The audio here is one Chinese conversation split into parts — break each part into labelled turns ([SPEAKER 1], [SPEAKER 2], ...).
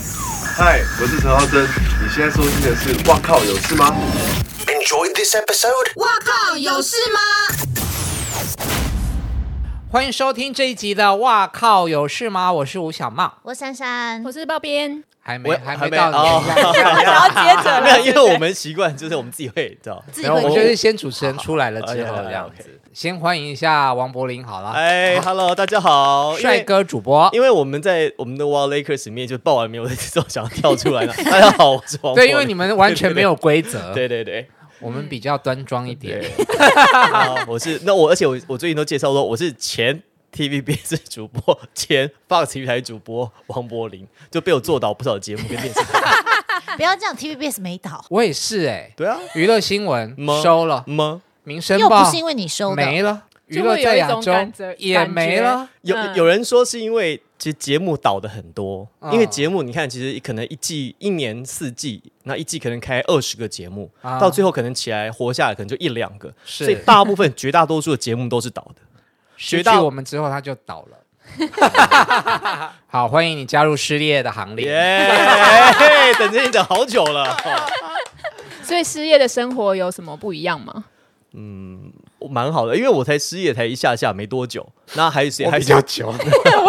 [SPEAKER 1] 嗨，我是陈浩森，你现在收听的是《哇靠有事吗》。
[SPEAKER 2] Enjoyed this episode?
[SPEAKER 3] 哇靠，有事吗？
[SPEAKER 4] 欢迎收听这一集的《哇靠有事吗》，我是吴小茂，
[SPEAKER 3] 我珊珊，
[SPEAKER 5] 我是报边，
[SPEAKER 4] 还没
[SPEAKER 6] 我
[SPEAKER 4] 还
[SPEAKER 6] 还
[SPEAKER 4] 没
[SPEAKER 6] 没
[SPEAKER 4] 到
[SPEAKER 6] 哦
[SPEAKER 4] 你，
[SPEAKER 5] 然后 接着
[SPEAKER 6] 没有，因为我们习惯就是我们自己会，知道。哎
[SPEAKER 5] 自己
[SPEAKER 4] 然后
[SPEAKER 5] 会
[SPEAKER 4] 我们
[SPEAKER 5] 接
[SPEAKER 4] 就是先主持人出来了之
[SPEAKER 6] 好
[SPEAKER 4] 后
[SPEAKER 6] 好好
[SPEAKER 4] 这样
[SPEAKER 6] OK，OK
[SPEAKER 4] 子，先欢迎一下王柏林好了，
[SPEAKER 6] 哎，Hello，大家好，
[SPEAKER 4] 帅哥主播
[SPEAKER 6] 因为。。因为我们在我们的 Wild Lakers 里面就报完没有的时候想要跳出来 了。大家好，我是王。
[SPEAKER 4] 对，因为你。们完全没有规则，
[SPEAKER 6] 对对对
[SPEAKER 4] 我们比较端庄一点
[SPEAKER 6] 对。。然后我是那我，而且我我最近都介绍说我是前 TVBS 主播、前 Fox 体育台主播王柏林，就被我做倒不少节目跟电视台。
[SPEAKER 3] 不要这样，TVBS 没倒，
[SPEAKER 4] 我也是哎，
[SPEAKER 6] 对啊，
[SPEAKER 4] 娱乐新闻
[SPEAKER 6] 吗
[SPEAKER 4] 收了，
[SPEAKER 6] 吗？
[SPEAKER 4] 民生
[SPEAKER 3] 又不
[SPEAKER 4] 报
[SPEAKER 3] 是因为你收的，
[SPEAKER 4] 没了，娱
[SPEAKER 5] 就
[SPEAKER 4] 乐
[SPEAKER 5] 会有
[SPEAKER 4] 在
[SPEAKER 5] 一
[SPEAKER 4] 亚
[SPEAKER 5] 种
[SPEAKER 4] 洲
[SPEAKER 5] 感觉
[SPEAKER 4] 也没了。
[SPEAKER 6] 有
[SPEAKER 5] 嗯
[SPEAKER 6] 有人说是因为其实节目倒的很多，
[SPEAKER 4] 嗯
[SPEAKER 6] 因为节目你看，其实可能一季一年四季，那一季可能开二十个节目，
[SPEAKER 4] 啊
[SPEAKER 6] 到最后可能起来活下来可能就一两个，
[SPEAKER 4] 是
[SPEAKER 6] 所以大部分绝大多数的节目都是倒的。
[SPEAKER 4] 失
[SPEAKER 6] 学
[SPEAKER 4] 去
[SPEAKER 6] 到
[SPEAKER 4] 我们之后，他就倒了。 好，欢迎你加入失业的行列。
[SPEAKER 6] 耶、 等着你等好久了。哦
[SPEAKER 5] 所以失业的生活有什么不一样吗？
[SPEAKER 6] 我蛮好的，因为我才失业才一下下没多久，那还有谁？还有
[SPEAKER 4] 久，
[SPEAKER 5] 我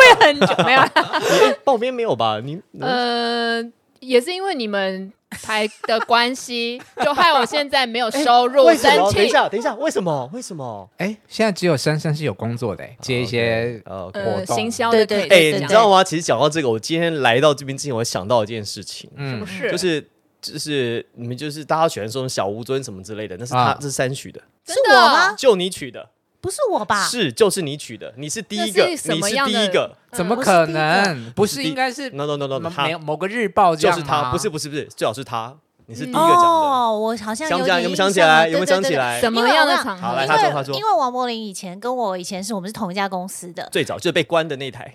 [SPEAKER 5] 也很久没有，
[SPEAKER 6] 报边没有吧？你
[SPEAKER 5] 呃，也是因为你们台的关系，就害我现在没有
[SPEAKER 3] 哎
[SPEAKER 5] 收入，
[SPEAKER 6] 为什
[SPEAKER 5] 生
[SPEAKER 6] 么？等一
[SPEAKER 5] 气。
[SPEAKER 6] 下，等一下，为什么？为什么？
[SPEAKER 4] 哎，现在只有珊珊是有工作的
[SPEAKER 6] 啊
[SPEAKER 4] 欸，接一些
[SPEAKER 6] 呃，
[SPEAKER 5] 呃，
[SPEAKER 4] 活动
[SPEAKER 5] 行销
[SPEAKER 3] 对
[SPEAKER 5] 的
[SPEAKER 3] 对
[SPEAKER 5] 腿
[SPEAKER 3] 对
[SPEAKER 6] 哎、
[SPEAKER 3] 对
[SPEAKER 5] 这
[SPEAKER 6] 你
[SPEAKER 5] 样
[SPEAKER 6] 知道吗？其实讲到这个，我今天来到这边之前，我想到一件事情，
[SPEAKER 5] 不
[SPEAKER 4] 嗯，
[SPEAKER 5] 是，
[SPEAKER 6] 就是就是你们就是大家喜欢说什么小吴尊什么之类的，那是他、
[SPEAKER 4] 啊
[SPEAKER 6] 这是三取的，
[SPEAKER 3] 是
[SPEAKER 5] 真
[SPEAKER 3] 我
[SPEAKER 5] 的
[SPEAKER 3] 吗？
[SPEAKER 6] 就你取的，
[SPEAKER 3] 不是我吧？
[SPEAKER 6] 是就是你取的，你是第一个，
[SPEAKER 5] 那是什
[SPEAKER 6] 你
[SPEAKER 5] 么
[SPEAKER 6] 是
[SPEAKER 5] 样的
[SPEAKER 6] 第一个
[SPEAKER 4] 怎么
[SPEAKER 3] 啊我是
[SPEAKER 4] 可
[SPEAKER 3] 第一个
[SPEAKER 4] 能？不是
[SPEAKER 6] 第
[SPEAKER 4] 应该是
[SPEAKER 6] ，no no no
[SPEAKER 4] 某
[SPEAKER 6] no，no，他
[SPEAKER 4] 没有某个日报这
[SPEAKER 6] 就
[SPEAKER 4] 样
[SPEAKER 6] 是他，
[SPEAKER 4] 吗
[SPEAKER 6] 不是不是不是，最好是他，你是第一个讲的，
[SPEAKER 3] 哦，我好像
[SPEAKER 6] 想
[SPEAKER 3] 有
[SPEAKER 6] 不想
[SPEAKER 3] 点
[SPEAKER 6] 有没有
[SPEAKER 3] 印
[SPEAKER 6] 想起
[SPEAKER 3] 象了
[SPEAKER 6] 来？有没
[SPEAKER 3] 对
[SPEAKER 6] 有
[SPEAKER 3] 对
[SPEAKER 6] 想起
[SPEAKER 3] 对
[SPEAKER 6] 来？
[SPEAKER 5] 什么样的场
[SPEAKER 6] 好
[SPEAKER 5] 合
[SPEAKER 6] 来？
[SPEAKER 3] 因
[SPEAKER 6] 他说
[SPEAKER 3] 为
[SPEAKER 6] 他说
[SPEAKER 3] 因为王柏林以前跟我以前是我们是同一家公司的。
[SPEAKER 6] 最早就是被关的那一台，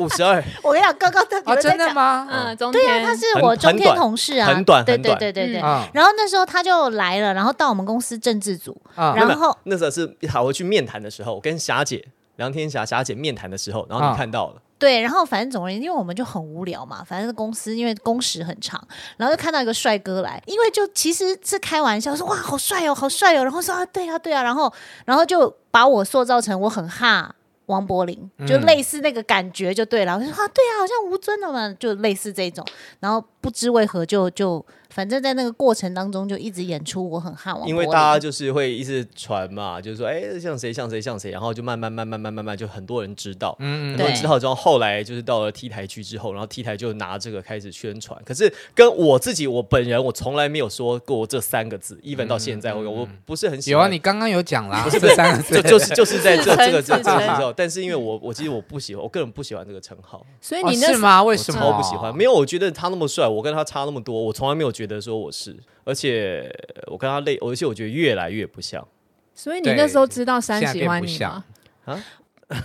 [SPEAKER 6] 五十二，
[SPEAKER 3] 我跟你讲，刚刚他
[SPEAKER 4] 啊，
[SPEAKER 6] 哦
[SPEAKER 4] 真的？吗？
[SPEAKER 5] 嗯，中
[SPEAKER 3] 对啊，
[SPEAKER 5] 天
[SPEAKER 3] 他是
[SPEAKER 6] 很
[SPEAKER 3] 我中
[SPEAKER 6] 很
[SPEAKER 3] 天
[SPEAKER 6] 短
[SPEAKER 3] 同事啊，
[SPEAKER 6] 很短
[SPEAKER 3] 对
[SPEAKER 6] 很
[SPEAKER 3] 对
[SPEAKER 6] 短
[SPEAKER 3] 对对对。
[SPEAKER 5] 嗯
[SPEAKER 4] 啊
[SPEAKER 3] 然后那时候他就来了，然后到我们公司政治组，
[SPEAKER 4] 啊
[SPEAKER 3] 然后
[SPEAKER 6] 那时候是好我去面谈的时候，我跟霞姐梁天霞霞姐面谈的时候，然后
[SPEAKER 4] 啊
[SPEAKER 6] 你看到了，
[SPEAKER 3] 对，然后反正总而言之，因为我们就很无聊嘛，反正公司因为工时很长，然后就看到一个帅哥来，因为就其实是开玩笑说哇好帅哦，好帅哦，然后说啊对啊对啊，然后然后就把我塑造成我很哈王柏林，就
[SPEAKER 4] 嗯
[SPEAKER 3] 类似那个感觉就对了，我就说啊对啊，好像吴尊的嘛，就类似这种，然后不知为何就就反正在那个过程当中就一直演出我很哈王柏林，
[SPEAKER 6] 因为大家就是会一直传嘛，就是说，哎，像谁像谁像谁，然后就慢慢慢慢慢慢慢，就很多人知道，
[SPEAKER 4] 嗯嗯
[SPEAKER 6] 很多人
[SPEAKER 3] 对
[SPEAKER 6] 知道之后，后来就是到了 T 台区之后，然后 T 台就拿这个开始宣传。可是跟我自己，我本人我从来没有说过这三个字，even 到现在，我我不是很
[SPEAKER 4] 嗯
[SPEAKER 6] 喜
[SPEAKER 4] 有啊，
[SPEAKER 6] 欢。
[SPEAKER 4] 你刚刚有讲啦，这三个字
[SPEAKER 6] 就就是就是在这
[SPEAKER 5] 自称
[SPEAKER 6] 这个这
[SPEAKER 5] 自
[SPEAKER 6] 个这
[SPEAKER 5] 称
[SPEAKER 6] 个时候，但是因为我我其实我不喜欢，我个人不喜欢这个称号，
[SPEAKER 5] 所以
[SPEAKER 4] 哦
[SPEAKER 5] 你那
[SPEAKER 4] 是
[SPEAKER 5] 时？
[SPEAKER 4] 吗？为
[SPEAKER 6] 我
[SPEAKER 4] 什么
[SPEAKER 6] 超不喜欢。没有，我觉得他那么帅，我跟他差那么多，我从来没有觉得说我是，而且我跟他类，而且我觉得越来越不像。
[SPEAKER 5] 所以你那时候知道山
[SPEAKER 4] 现在
[SPEAKER 5] 喜
[SPEAKER 4] 变
[SPEAKER 5] 欢
[SPEAKER 4] 不
[SPEAKER 5] 你
[SPEAKER 4] 像
[SPEAKER 5] 吗？
[SPEAKER 3] 啊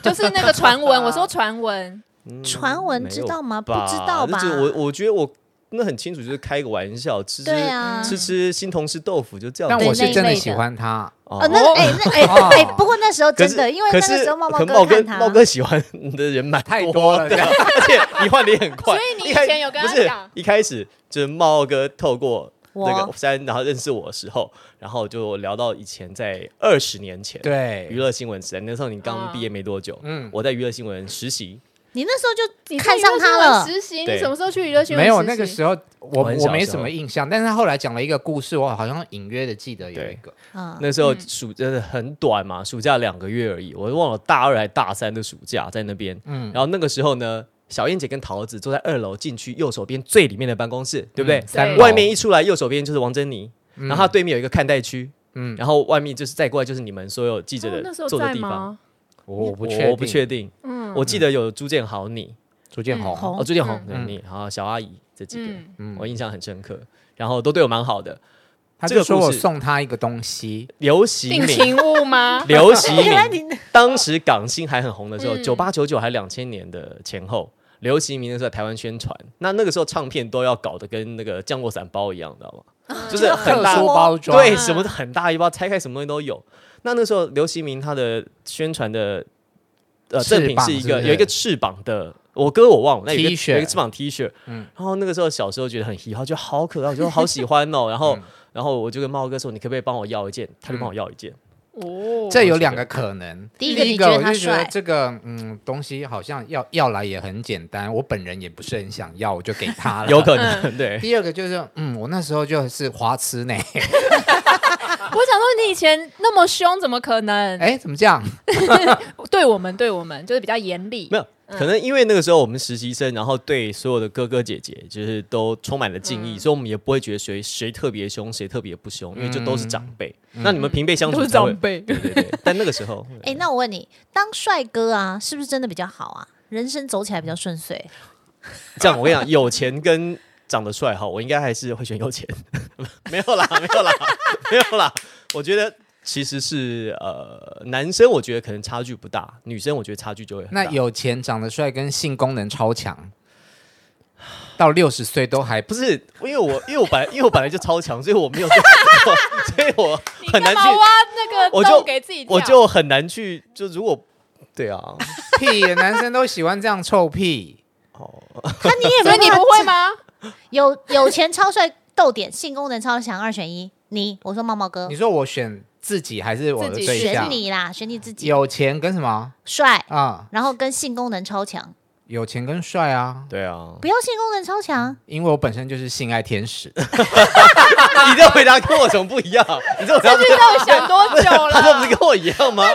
[SPEAKER 5] 就是那个传闻，我说传闻，
[SPEAKER 3] 传闻
[SPEAKER 6] 嗯没
[SPEAKER 3] 知
[SPEAKER 6] 有
[SPEAKER 3] 道吗？不
[SPEAKER 6] 吧
[SPEAKER 3] 知道吧？
[SPEAKER 6] 就是我我觉得我那很清楚，就是开个玩笑，吃吃、
[SPEAKER 3] 对啊，
[SPEAKER 6] 吃吃新同事豆腐就这样
[SPEAKER 4] 但
[SPEAKER 6] 子。
[SPEAKER 4] 我
[SPEAKER 3] 对那
[SPEAKER 4] 是
[SPEAKER 3] 一
[SPEAKER 4] 真的
[SPEAKER 3] 类
[SPEAKER 4] 喜
[SPEAKER 3] 的
[SPEAKER 4] 欢他，
[SPEAKER 3] 哦，那个哎、那 哎
[SPEAKER 4] 哦
[SPEAKER 3] 哎、不过那时候
[SPEAKER 6] 可
[SPEAKER 3] 真
[SPEAKER 6] 是
[SPEAKER 3] 的，因为那
[SPEAKER 6] 可
[SPEAKER 3] 个
[SPEAKER 6] 是
[SPEAKER 3] 时候茂
[SPEAKER 6] 可
[SPEAKER 3] 哥
[SPEAKER 6] 茂
[SPEAKER 3] 看
[SPEAKER 6] 哥
[SPEAKER 3] 他，
[SPEAKER 6] 茂哥喜欢的人蛮
[SPEAKER 4] 太
[SPEAKER 6] 多
[SPEAKER 4] 多了这样
[SPEAKER 6] 而且你换的也很快。
[SPEAKER 5] 所以你
[SPEAKER 6] 一开
[SPEAKER 5] 以前有跟他
[SPEAKER 6] 不是
[SPEAKER 5] 讲
[SPEAKER 6] 一开始就是茂哥透过那
[SPEAKER 3] 我
[SPEAKER 6] 个山，然后认识我的时候，然后就聊到以前在二十年 前 娱
[SPEAKER 4] 对，
[SPEAKER 6] 乐新闻时代，那时候你刚
[SPEAKER 5] 嗯
[SPEAKER 6] 毕业没多久，
[SPEAKER 4] 嗯
[SPEAKER 6] 嗯，我在娱乐新闻实习，
[SPEAKER 3] 你那时候就
[SPEAKER 5] 你
[SPEAKER 3] 看上他
[SPEAKER 5] 去
[SPEAKER 3] 了
[SPEAKER 5] 娱乐新闻实习，
[SPEAKER 6] 对
[SPEAKER 5] 你什么时候去娱乐新闻？
[SPEAKER 4] 没有那个时候我
[SPEAKER 6] 我很小
[SPEAKER 4] 我
[SPEAKER 6] 的
[SPEAKER 4] 没
[SPEAKER 6] 时
[SPEAKER 4] 什么
[SPEAKER 6] 候
[SPEAKER 4] 印象，但是他后来讲了一个故事，我好像隐约的记得有
[SPEAKER 6] 对
[SPEAKER 4] 一个，
[SPEAKER 3] 啊、嗯
[SPEAKER 6] 那时候暑真的很短嘛，暑假两个月而已，我忘了大二还大三的暑假在那边。
[SPEAKER 4] 嗯
[SPEAKER 6] 然后那个时候呢，小燕姐跟桃子坐在二楼进去右手边最里面的办公室，对不
[SPEAKER 3] 嗯
[SPEAKER 6] 对？
[SPEAKER 4] 三
[SPEAKER 5] 对
[SPEAKER 4] 哦楼
[SPEAKER 6] 外面一出来右手边就是王珍妮，然后她对面有一个看待区，
[SPEAKER 4] 嗯，
[SPEAKER 6] 然后外面就是再过来就是你们所有记者
[SPEAKER 5] 哦那
[SPEAKER 6] 的
[SPEAKER 5] 时候
[SPEAKER 6] 坐的
[SPEAKER 5] 在
[SPEAKER 6] 地方。
[SPEAKER 5] 吗？
[SPEAKER 4] 我我不确
[SPEAKER 6] 我不确
[SPEAKER 4] 定，
[SPEAKER 6] 定，
[SPEAKER 5] 嗯
[SPEAKER 6] 我记得有朱建豪你，
[SPEAKER 4] 朱建
[SPEAKER 3] 嗯红
[SPEAKER 4] 宏，
[SPEAKER 6] 哦朱建宏对
[SPEAKER 4] 嗯
[SPEAKER 6] 你，然后小阿姨这几个，
[SPEAKER 5] 嗯，
[SPEAKER 4] 嗯
[SPEAKER 6] 我印象很深刻，然后都对我蛮好的。
[SPEAKER 4] 他
[SPEAKER 6] 这
[SPEAKER 4] 就
[SPEAKER 6] 个
[SPEAKER 4] 说
[SPEAKER 6] 故
[SPEAKER 4] 我
[SPEAKER 6] 事
[SPEAKER 4] 送他一个东西，
[SPEAKER 6] 刘习
[SPEAKER 5] 定
[SPEAKER 6] 敏，？
[SPEAKER 5] 情物吗
[SPEAKER 6] 刘习
[SPEAKER 3] 哦 原来你
[SPEAKER 6] 敏，当时港星还很红的时候，
[SPEAKER 5] 嗯
[SPEAKER 6] 九八九九还两千年的前后，刘习敏那时候在台湾宣传，那那个时候唱片都要搞得跟那个降落伞包一样，你知道吗？就是很
[SPEAKER 4] 特
[SPEAKER 6] 大
[SPEAKER 4] 殊啊包装，
[SPEAKER 6] 对，什么很大一包，拆开什么东西都有。那那时候刘习明他的宣传的呃呃
[SPEAKER 4] 翅膀
[SPEAKER 6] 赠品是一
[SPEAKER 4] 是
[SPEAKER 6] 个
[SPEAKER 4] 不是
[SPEAKER 6] 有一个翅膀的我哥我忘了，那有一个
[SPEAKER 4] T 恤
[SPEAKER 6] 有一个翅膀 T 恤，
[SPEAKER 4] 嗯
[SPEAKER 6] 然后那个时候小时候觉得很喜好，就好可爱，我就好喜欢哦。然后，然后我就跟茂哥说，你可不可以帮我要一件？他
[SPEAKER 4] 嗯
[SPEAKER 6] 就帮我要一件。
[SPEAKER 5] 哦，
[SPEAKER 4] 这有两个可能，
[SPEAKER 3] 第一个你觉得
[SPEAKER 4] 我
[SPEAKER 3] 他
[SPEAKER 4] 就觉得
[SPEAKER 3] 帅
[SPEAKER 4] 这个嗯东西好像要要来也很简单，我本人也不是很想要，我就给他了。
[SPEAKER 6] 有可能，对，
[SPEAKER 4] 第二个就是嗯，我那时候就是花 痴呢，
[SPEAKER 5] 我想说你以前那么凶，怎么可能？
[SPEAKER 4] 哎，怎么这样？
[SPEAKER 5] 对我们，对我们就是比较严厉
[SPEAKER 6] 没。有。可能因为那个时候我们实习生，然后对所有的哥哥姐姐就是都充满了敬
[SPEAKER 5] 嗯
[SPEAKER 6] 意，所以我们也不会觉得谁谁特别凶，谁特别不凶，因为就都
[SPEAKER 4] 嗯
[SPEAKER 6] 是长辈。那你们平辈相处才会，
[SPEAKER 5] 辈，
[SPEAKER 6] 对对 对。但那个时候，
[SPEAKER 3] 哎、那我问你，当帅哥啊，是不是真的比较好啊？人生走起来比较顺遂，
[SPEAKER 6] 这样我跟你讲，有钱跟长得帅哈，我应该还是会选有钱。 没有啦，没有啦，没有啦。我觉得其实是呃，男生我觉得可能差距不大，女生我觉得差距就会很大。
[SPEAKER 4] 那有钱、长得帅跟性功能超强，到六十岁都还不
[SPEAKER 6] 不是因为我，因为我本来因为我本来就超强，所以我没有这个， 所以我
[SPEAKER 5] 你
[SPEAKER 6] 很
[SPEAKER 5] 干
[SPEAKER 6] 难去
[SPEAKER 5] 嘛，挖那
[SPEAKER 6] 我
[SPEAKER 5] 个
[SPEAKER 6] 就
[SPEAKER 5] 洞给自己跳？
[SPEAKER 6] 我就很难去，就如果对啊，
[SPEAKER 4] 屁，男生都喜欢这样臭屁。
[SPEAKER 3] 那你 也
[SPEAKER 5] 所以啊
[SPEAKER 3] 没
[SPEAKER 5] 你
[SPEAKER 3] 办
[SPEAKER 5] 不
[SPEAKER 3] 法
[SPEAKER 5] 会吗？
[SPEAKER 3] 有有钱超帅逗点， 性功能超强，二选一。你我说茂茂哥
[SPEAKER 4] 你，说我选自己还是我的
[SPEAKER 5] 自己
[SPEAKER 4] 对象
[SPEAKER 3] 选？你啦，选你自己，
[SPEAKER 4] 有钱跟什么
[SPEAKER 3] 帅，
[SPEAKER 4] 啊？
[SPEAKER 3] 然后跟性功能超强，
[SPEAKER 4] 有钱跟帅啊，
[SPEAKER 6] 对啊，
[SPEAKER 3] 不要性功能超
[SPEAKER 6] 嗯
[SPEAKER 3] 强，
[SPEAKER 4] 因为我本身就是性爱天使。
[SPEAKER 6] 你这回答跟我有什么不一样？你这回答
[SPEAKER 5] 这
[SPEAKER 6] 不
[SPEAKER 5] 句
[SPEAKER 6] 是
[SPEAKER 5] 到底想多久了？
[SPEAKER 6] 他这不是跟我一样吗？
[SPEAKER 3] 啊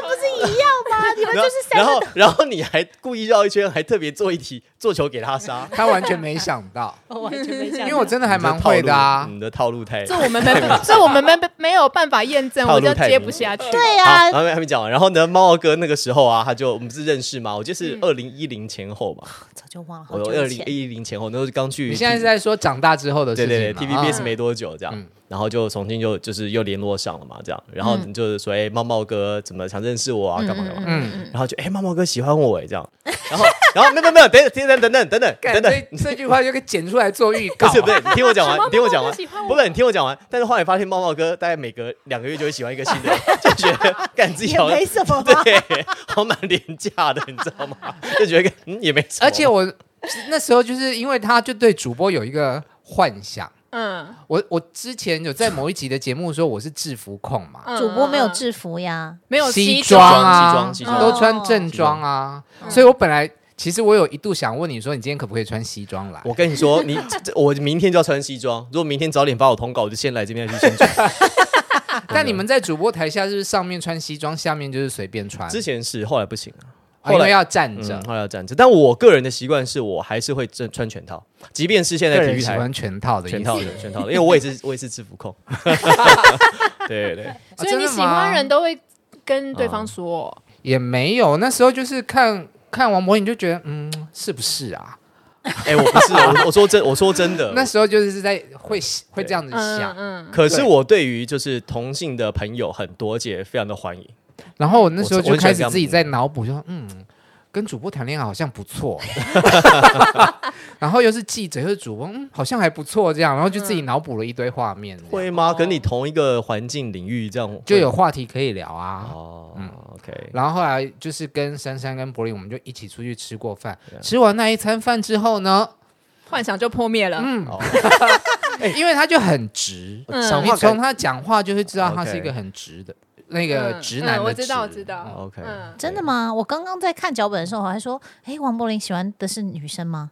[SPEAKER 3] 不是一样吗？你们
[SPEAKER 6] 然
[SPEAKER 3] 就
[SPEAKER 6] 后
[SPEAKER 3] 是三
[SPEAKER 6] 然
[SPEAKER 3] 个
[SPEAKER 6] 后然后你还故意绕一圈，还特别做一题做球给他杀，
[SPEAKER 4] 他完全没想到，
[SPEAKER 3] 我完全没
[SPEAKER 4] 因
[SPEAKER 3] 想
[SPEAKER 4] 为我真的还蛮会的啊。
[SPEAKER 6] 你的套路太……
[SPEAKER 5] 这我们没， 这我们没没有办法验证，
[SPEAKER 6] 套
[SPEAKER 5] 我
[SPEAKER 6] 路
[SPEAKER 5] 就
[SPEAKER 6] 太
[SPEAKER 5] 接
[SPEAKER 6] 明
[SPEAKER 5] 不下去。
[SPEAKER 3] 对
[SPEAKER 6] 好，
[SPEAKER 3] 啊，
[SPEAKER 6] 还没还没讲完。然后呢，猫哥那个时候啊，他就我们不是认识吗？我记得是二零一零前后吧，
[SPEAKER 3] 早就忘了好
[SPEAKER 6] 我
[SPEAKER 3] 久
[SPEAKER 6] 二
[SPEAKER 3] 以
[SPEAKER 6] 零
[SPEAKER 3] 前。
[SPEAKER 6] 一零前后，那时候刚去。
[SPEAKER 4] 你现在是在说长大之后的事
[SPEAKER 6] 对
[SPEAKER 4] 情
[SPEAKER 6] 对对
[SPEAKER 4] 吗啊
[SPEAKER 6] ，TVBS 没多久这样，然后就重庆就就是又联络上了嘛，这样，然后你就是说，哎，猫猫哥怎么想认识我啊？干嘛干嘛？
[SPEAKER 4] 嗯，
[SPEAKER 6] 然后就哎，猫猫哥喜欢我哎，这样， 然后然后没有没有没有，等等等等等等
[SPEAKER 4] 干
[SPEAKER 6] 等等，
[SPEAKER 4] 这这句话就给剪出来做预告啊
[SPEAKER 6] 不是不是，你听我讲
[SPEAKER 5] 什么
[SPEAKER 6] 完，你听我讲
[SPEAKER 5] 猫猫
[SPEAKER 6] 完
[SPEAKER 5] 哥喜欢，我
[SPEAKER 6] 不是你听我讲完。但是后来发现猫猫哥大概每隔两个月就会喜欢一个新的人，就觉得干 自己好
[SPEAKER 3] 也
[SPEAKER 6] 像
[SPEAKER 3] 没什么啊吧
[SPEAKER 6] 对，好像蛮廉价的，你知道吗？ 就觉得嗯也没什么。
[SPEAKER 4] 而且 我那时候就是因为他就对主播有一个幻想。
[SPEAKER 5] 嗯，
[SPEAKER 4] 我我之前有在某一集的节目说我是制服控嘛，
[SPEAKER 5] 嗯
[SPEAKER 3] 主播没有，制服呀，
[SPEAKER 5] 没有
[SPEAKER 4] 西
[SPEAKER 5] 装
[SPEAKER 4] 装啊，
[SPEAKER 6] 西装西
[SPEAKER 3] 装
[SPEAKER 4] 都穿正装啊，所以我本来其实我有一度想问你说，你今天可不可以穿西装来？
[SPEAKER 6] 我跟你说，你这这我明天就要穿西装。如果明天早点发我通稿，我就先来这边去新装。
[SPEAKER 4] 但你们在主播台下是不是上面穿西装，下面就是随便穿？
[SPEAKER 6] 之前是，后来不行了。
[SPEAKER 4] 啊因
[SPEAKER 6] 后来
[SPEAKER 4] 为要站着
[SPEAKER 6] 嗯，，后来要这样子，但我个人的习惯是我还是会穿穿全套，即便是现在
[SPEAKER 4] 个
[SPEAKER 6] 体
[SPEAKER 4] 人
[SPEAKER 6] 育
[SPEAKER 4] 喜
[SPEAKER 6] 台
[SPEAKER 4] 欢全套的意思啊
[SPEAKER 6] 全套 的全套的，因为我也是我也是制服 控。对对对，
[SPEAKER 5] 所以你喜欢人都会跟对方说，
[SPEAKER 4] 也没有，那时候就是看看王博，你就觉得嗯，是不是啊？
[SPEAKER 6] 哎、我不是，我我说真，我说真的。
[SPEAKER 4] 那时候就是在会会这样子
[SPEAKER 5] 嗯
[SPEAKER 4] 想，
[SPEAKER 5] 嗯，
[SPEAKER 6] 可是我对于就是同性的朋友很多，而且非常的欢迎。
[SPEAKER 5] 嗯
[SPEAKER 4] 然后我那时候
[SPEAKER 6] 我
[SPEAKER 4] 就
[SPEAKER 6] 很喜
[SPEAKER 4] 开
[SPEAKER 6] 欢这
[SPEAKER 4] 始
[SPEAKER 6] 样
[SPEAKER 4] 自己在脑补，就说嗯，跟主播谈恋爱好像不 错，然后又是记者又是主播，嗯，好像还不错这样，然后就自己脑补了一堆画面，
[SPEAKER 6] 会吗？跟你同一个环境领域这样会
[SPEAKER 4] 哦就有话题可以聊啊。
[SPEAKER 6] 哦、o k
[SPEAKER 4] 然后后来就是跟珊珊跟柏林，我们就一起出去吃过饭。吃完那一餐饭之后呢，
[SPEAKER 5] 幻想就破灭了。嗯，
[SPEAKER 6] 哦，
[SPEAKER 4] 因为他就很直，
[SPEAKER 5] 哎嗯
[SPEAKER 6] 讲
[SPEAKER 4] 你
[SPEAKER 6] 话
[SPEAKER 4] 从
[SPEAKER 6] 感
[SPEAKER 4] 他讲话就会知道他
[SPEAKER 6] 哦 OK
[SPEAKER 4] 是一个很直的那个直男的直、
[SPEAKER 5] 嗯我知道，我知道。
[SPEAKER 6] OK
[SPEAKER 5] 嗯
[SPEAKER 3] 真的吗？我刚刚在看脚本的时候，我还说，哎，王柏林喜欢的是女生吗？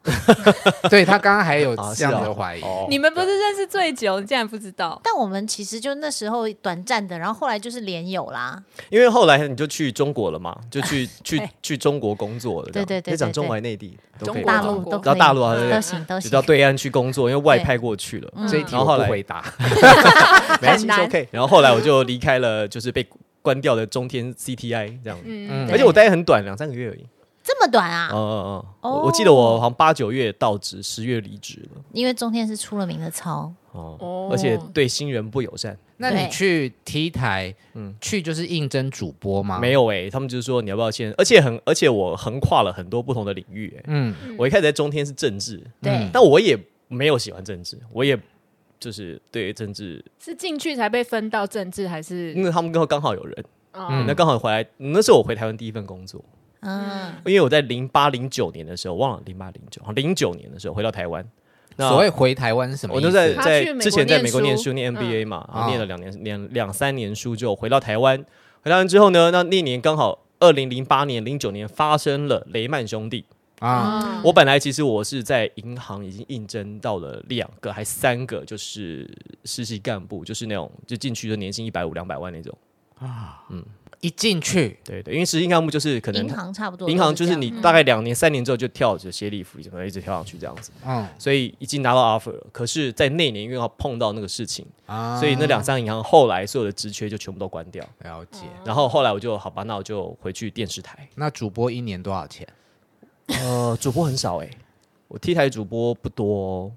[SPEAKER 4] 对他刚刚还有
[SPEAKER 6] 啊
[SPEAKER 4] 这样的怀疑。
[SPEAKER 6] 是哦
[SPEAKER 5] 你们不是认识最久，你竟然不知道？
[SPEAKER 3] 但我们其实就那时候短暂的，然后后来就是连友啦，
[SPEAKER 6] 因为后来你就去中国了嘛，就 去去去中国工作了这样。
[SPEAKER 3] 对对对
[SPEAKER 6] 可以讲
[SPEAKER 3] 对
[SPEAKER 6] 中
[SPEAKER 3] 对
[SPEAKER 6] 华内地都可以
[SPEAKER 5] 中国
[SPEAKER 6] 吧
[SPEAKER 3] 大陆都
[SPEAKER 5] 然
[SPEAKER 3] 可
[SPEAKER 6] 后
[SPEAKER 3] 以
[SPEAKER 6] 大陆啊对
[SPEAKER 3] 都行都
[SPEAKER 6] 就到
[SPEAKER 3] 行。
[SPEAKER 6] 对岸去工作，因为外派过去了。
[SPEAKER 4] 这一题
[SPEAKER 6] 然后
[SPEAKER 4] 我
[SPEAKER 6] 后来
[SPEAKER 4] 不回答，
[SPEAKER 6] 没关
[SPEAKER 5] 嗯很
[SPEAKER 6] 系
[SPEAKER 5] 难
[SPEAKER 6] 是 OK。然后后来我就离开了，就是被关掉的中天 CTI 这样。
[SPEAKER 5] 嗯，
[SPEAKER 4] 嗯
[SPEAKER 6] 而且我待很短，两三个月而已。
[SPEAKER 3] 这么短啊？
[SPEAKER 6] 嗯嗯嗯，
[SPEAKER 3] 哦
[SPEAKER 6] 我我记得我好像八九月到职，十月离职了。
[SPEAKER 3] 因为中天是出了名的糙，
[SPEAKER 6] 哦
[SPEAKER 5] 哦，
[SPEAKER 6] 而且对新人不友善。
[SPEAKER 4] 那
[SPEAKER 3] 对
[SPEAKER 4] 你去 T 台，
[SPEAKER 6] 嗯
[SPEAKER 4] 去就是应征主播
[SPEAKER 5] 啊
[SPEAKER 4] 吗？
[SPEAKER 6] 没
[SPEAKER 4] 有，
[SPEAKER 6] 有哎、他们就是说你要不要先，而且很，而且我横跨了很多不同的领域哎、
[SPEAKER 4] 嗯，
[SPEAKER 6] 我一开始在中天是政治，
[SPEAKER 3] 对，
[SPEAKER 6] 但我也没有喜欢政治，我也就是对政治，
[SPEAKER 5] 是进去才被分到政治还是？
[SPEAKER 6] 嗯因为他们刚好刚好有人，
[SPEAKER 5] 嗯
[SPEAKER 6] 那刚好回来，那是我回台湾第一份工作，
[SPEAKER 3] 嗯，
[SPEAKER 6] 因为我在零八零九年的时候，忘了零八零九，哦零九年的时候回到台湾，那
[SPEAKER 4] 所谓回台湾是什么意
[SPEAKER 6] 我
[SPEAKER 4] 思？
[SPEAKER 6] 都在
[SPEAKER 5] 他
[SPEAKER 6] 在
[SPEAKER 5] 去美
[SPEAKER 6] 之
[SPEAKER 5] 国
[SPEAKER 6] 前在
[SPEAKER 5] 念
[SPEAKER 6] 美国念
[SPEAKER 5] 书
[SPEAKER 6] 书
[SPEAKER 5] 嗯
[SPEAKER 6] 念 MBA 嘛，然
[SPEAKER 4] 哦
[SPEAKER 6] 后念了两年两两三年书就回到台湾，回台湾之后呢，那那年刚好二零零八年零九年发生了雷曼兄弟，
[SPEAKER 4] 啊，
[SPEAKER 5] 嗯
[SPEAKER 6] 我本来其实我是在银行已经应征到了两个还三个，就是实习干部，就是那种就进去就年薪一百五两百万那种，
[SPEAKER 4] 啊
[SPEAKER 6] 嗯
[SPEAKER 4] 一进去
[SPEAKER 6] 对对，因为实习干部就是可能
[SPEAKER 3] 银。行差不多，
[SPEAKER 6] 银行就
[SPEAKER 3] 这
[SPEAKER 6] 是
[SPEAKER 3] 样
[SPEAKER 6] 你大概两年、三年之后就跳着协理服，然后一直跳上去这样子，
[SPEAKER 4] 嗯
[SPEAKER 6] 所以已经拿到 offer 了。可是，在那年因为要碰到那个事情，
[SPEAKER 4] 啊，
[SPEAKER 6] 所以那两三银行后来所有的职缺就全部都关掉。
[SPEAKER 4] 了解。
[SPEAKER 6] 然后后来我就好吧，那我就回去电视台。
[SPEAKER 4] 那主播一年多少钱？
[SPEAKER 6] 呃，主播很少哎、我 T 台主播不多、哦。